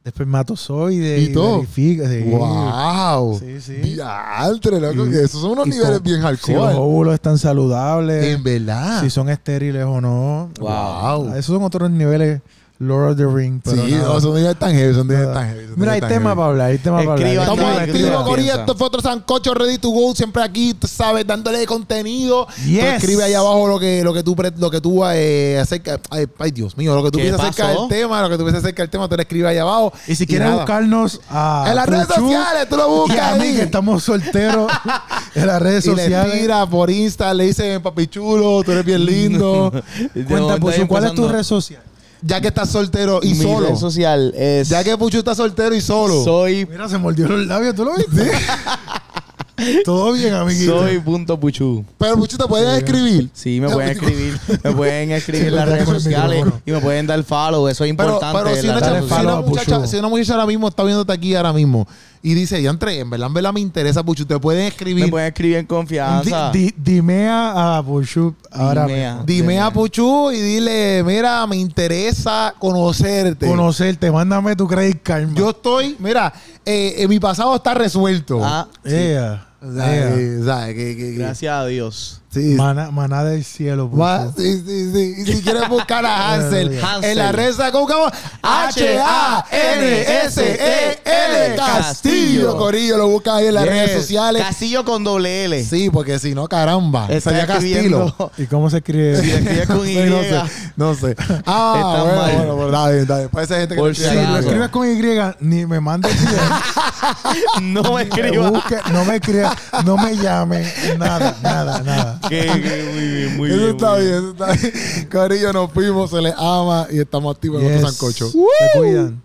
B: de espermatozoides
A: Y
B: y,
A: todo.
B: verifica. sí.
A: ¡Wow!
B: Sí, sí.
A: Diantre, loco,
B: Y-
A: que esos son unos
B: y
A: niveles
B: con-
A: bien
B: Si los
A: hardcore.
B: óvulos están saludables,
A: en verdad.
B: si son estériles o no. Ah,
C: Wow.
A: Wow.
B: Esos son otros niveles Lord of the Ring. pero
A: Sí,
B: nada.
A: no, son niveles tan heavy, son niveles
B: Nada.
A: tan heavy. son
B: Mira,
A: niveles
B: hay
A: tan
B: tema
A: heavy.
B: para hablar, hay tema para hablar. Hay tema
C: Escriban,
A: Estamos
B: para
A: en
C: ¿qué
A: Escribo
C: ustedes
A: Corea,
C: piensan?
A: esto fue otro Sancocho Ready to Go, siempre aquí, tú sabes, dándole contenido. Tú
B: Yes.
A: escribe ahí abajo lo que, lo que tú, pre- lo que tú eh, acerca, ay, ay, Dios mío, lo que tú
C: ¿Qué
A: piensas acerca
C: pasó?
A: del tema, lo que tú piensas acerca del tema, tú lo escribes ahí abajo.
B: Y si quieres
A: nada.
B: buscarnos a
A: En las redes
B: Fruchu
A: sociales, tú lo
B: y
A: buscas
B: a mí
A: ahí.
B: que estamos solteros en las redes
A: Y le
B: sociales.
A: tira por Insta, le dice papi chulo, tú eres bien lindo.
C: De
B: Cuenta,
C: momento ahí
B: Puchu, ¿cuál es tu
C: empezando.
B: red social?
A: ya que estás soltero y
C: Mi
A: solo.
C: red social es...
A: Ya que Puchu está soltero y solo.
C: Soy...
B: Mira, se mordió los labios, ¿tú lo viste? Todo bien, amiguito.
C: Soy punto puchu.
A: Pero Puchu te puedes escribir.
C: Sí, me pueden escribir, me pueden escribir
B: Sí,
C: en las
B: verdad,
C: redes
B: con el
C: sociales
B: micrófono.
C: y me pueden dar follow, eso es
A: Pero,
C: importante.
A: pero si,
C: la
A: una
B: dale
A: chapa-
C: red
A: si
B: follow
A: una
B: a Puchu.
A: muchacha, si una muchacha ahora mismo está viéndote aquí ahora mismo y dice, ya entré, en verdad, en verdad me interesa, Puchu, te pueden escribir.
C: me pueden escribir en confianza.
B: Di- di- dimea a Puchu ahora
C: Dimea.
B: mismo.
A: Dime a Puchu y dile, mira, me interesa conocerte.
B: Conocerte, mándame tu credit card.
A: Yo estoy, mira, eh, eh, mi pasado está resuelto.
C: Ah,
B: Ea,
A: O sea,
B: ea.
A: eh, o sea, que- que- que-
C: gracias a Dios.
A: Sí,
B: Maná, maná del cielo, Puchu.
A: Va, sí, sí, sí. Y si quieres buscar a Hansel
C: Hansel.
A: en la red sacó H-A-N-S-E-L E Castillo.
C: E Castillo.
A: Corillo, lo buscas ahí en las
C: Yes.
A: redes sociales.
C: Castillo con doble L.
A: Sí, porque si no, caramba.
C: Está
A: sería Castillo.
C: escribiendo-
B: ¿Y cómo se escribe?
C: Sí, escribe con
A: Sí,
C: Y.
A: no sé, no sé. Ah,
C: Está
A: bueno,
C: mal.
A: bueno, bueno, está bien, está bien. Puede ser gente que
C: Por
A: no
C: si
B: Si
A: entiende.
B: lo
C: Claro.
B: escribes con Y, ni me mandes DM,
C: No me
B: me
C: escriba.
B: busque, no me escribas, no me llames, nada, nada, nada.
C: Que- que- muy bien, muy
A: Eso
C: bien,
A: está
C: muy
A: bien, eso está bien. Corillo, nos fuimos, se les ama y estamos activos en
B: Yes.
A: otro sancocho.
B: Se cuidan.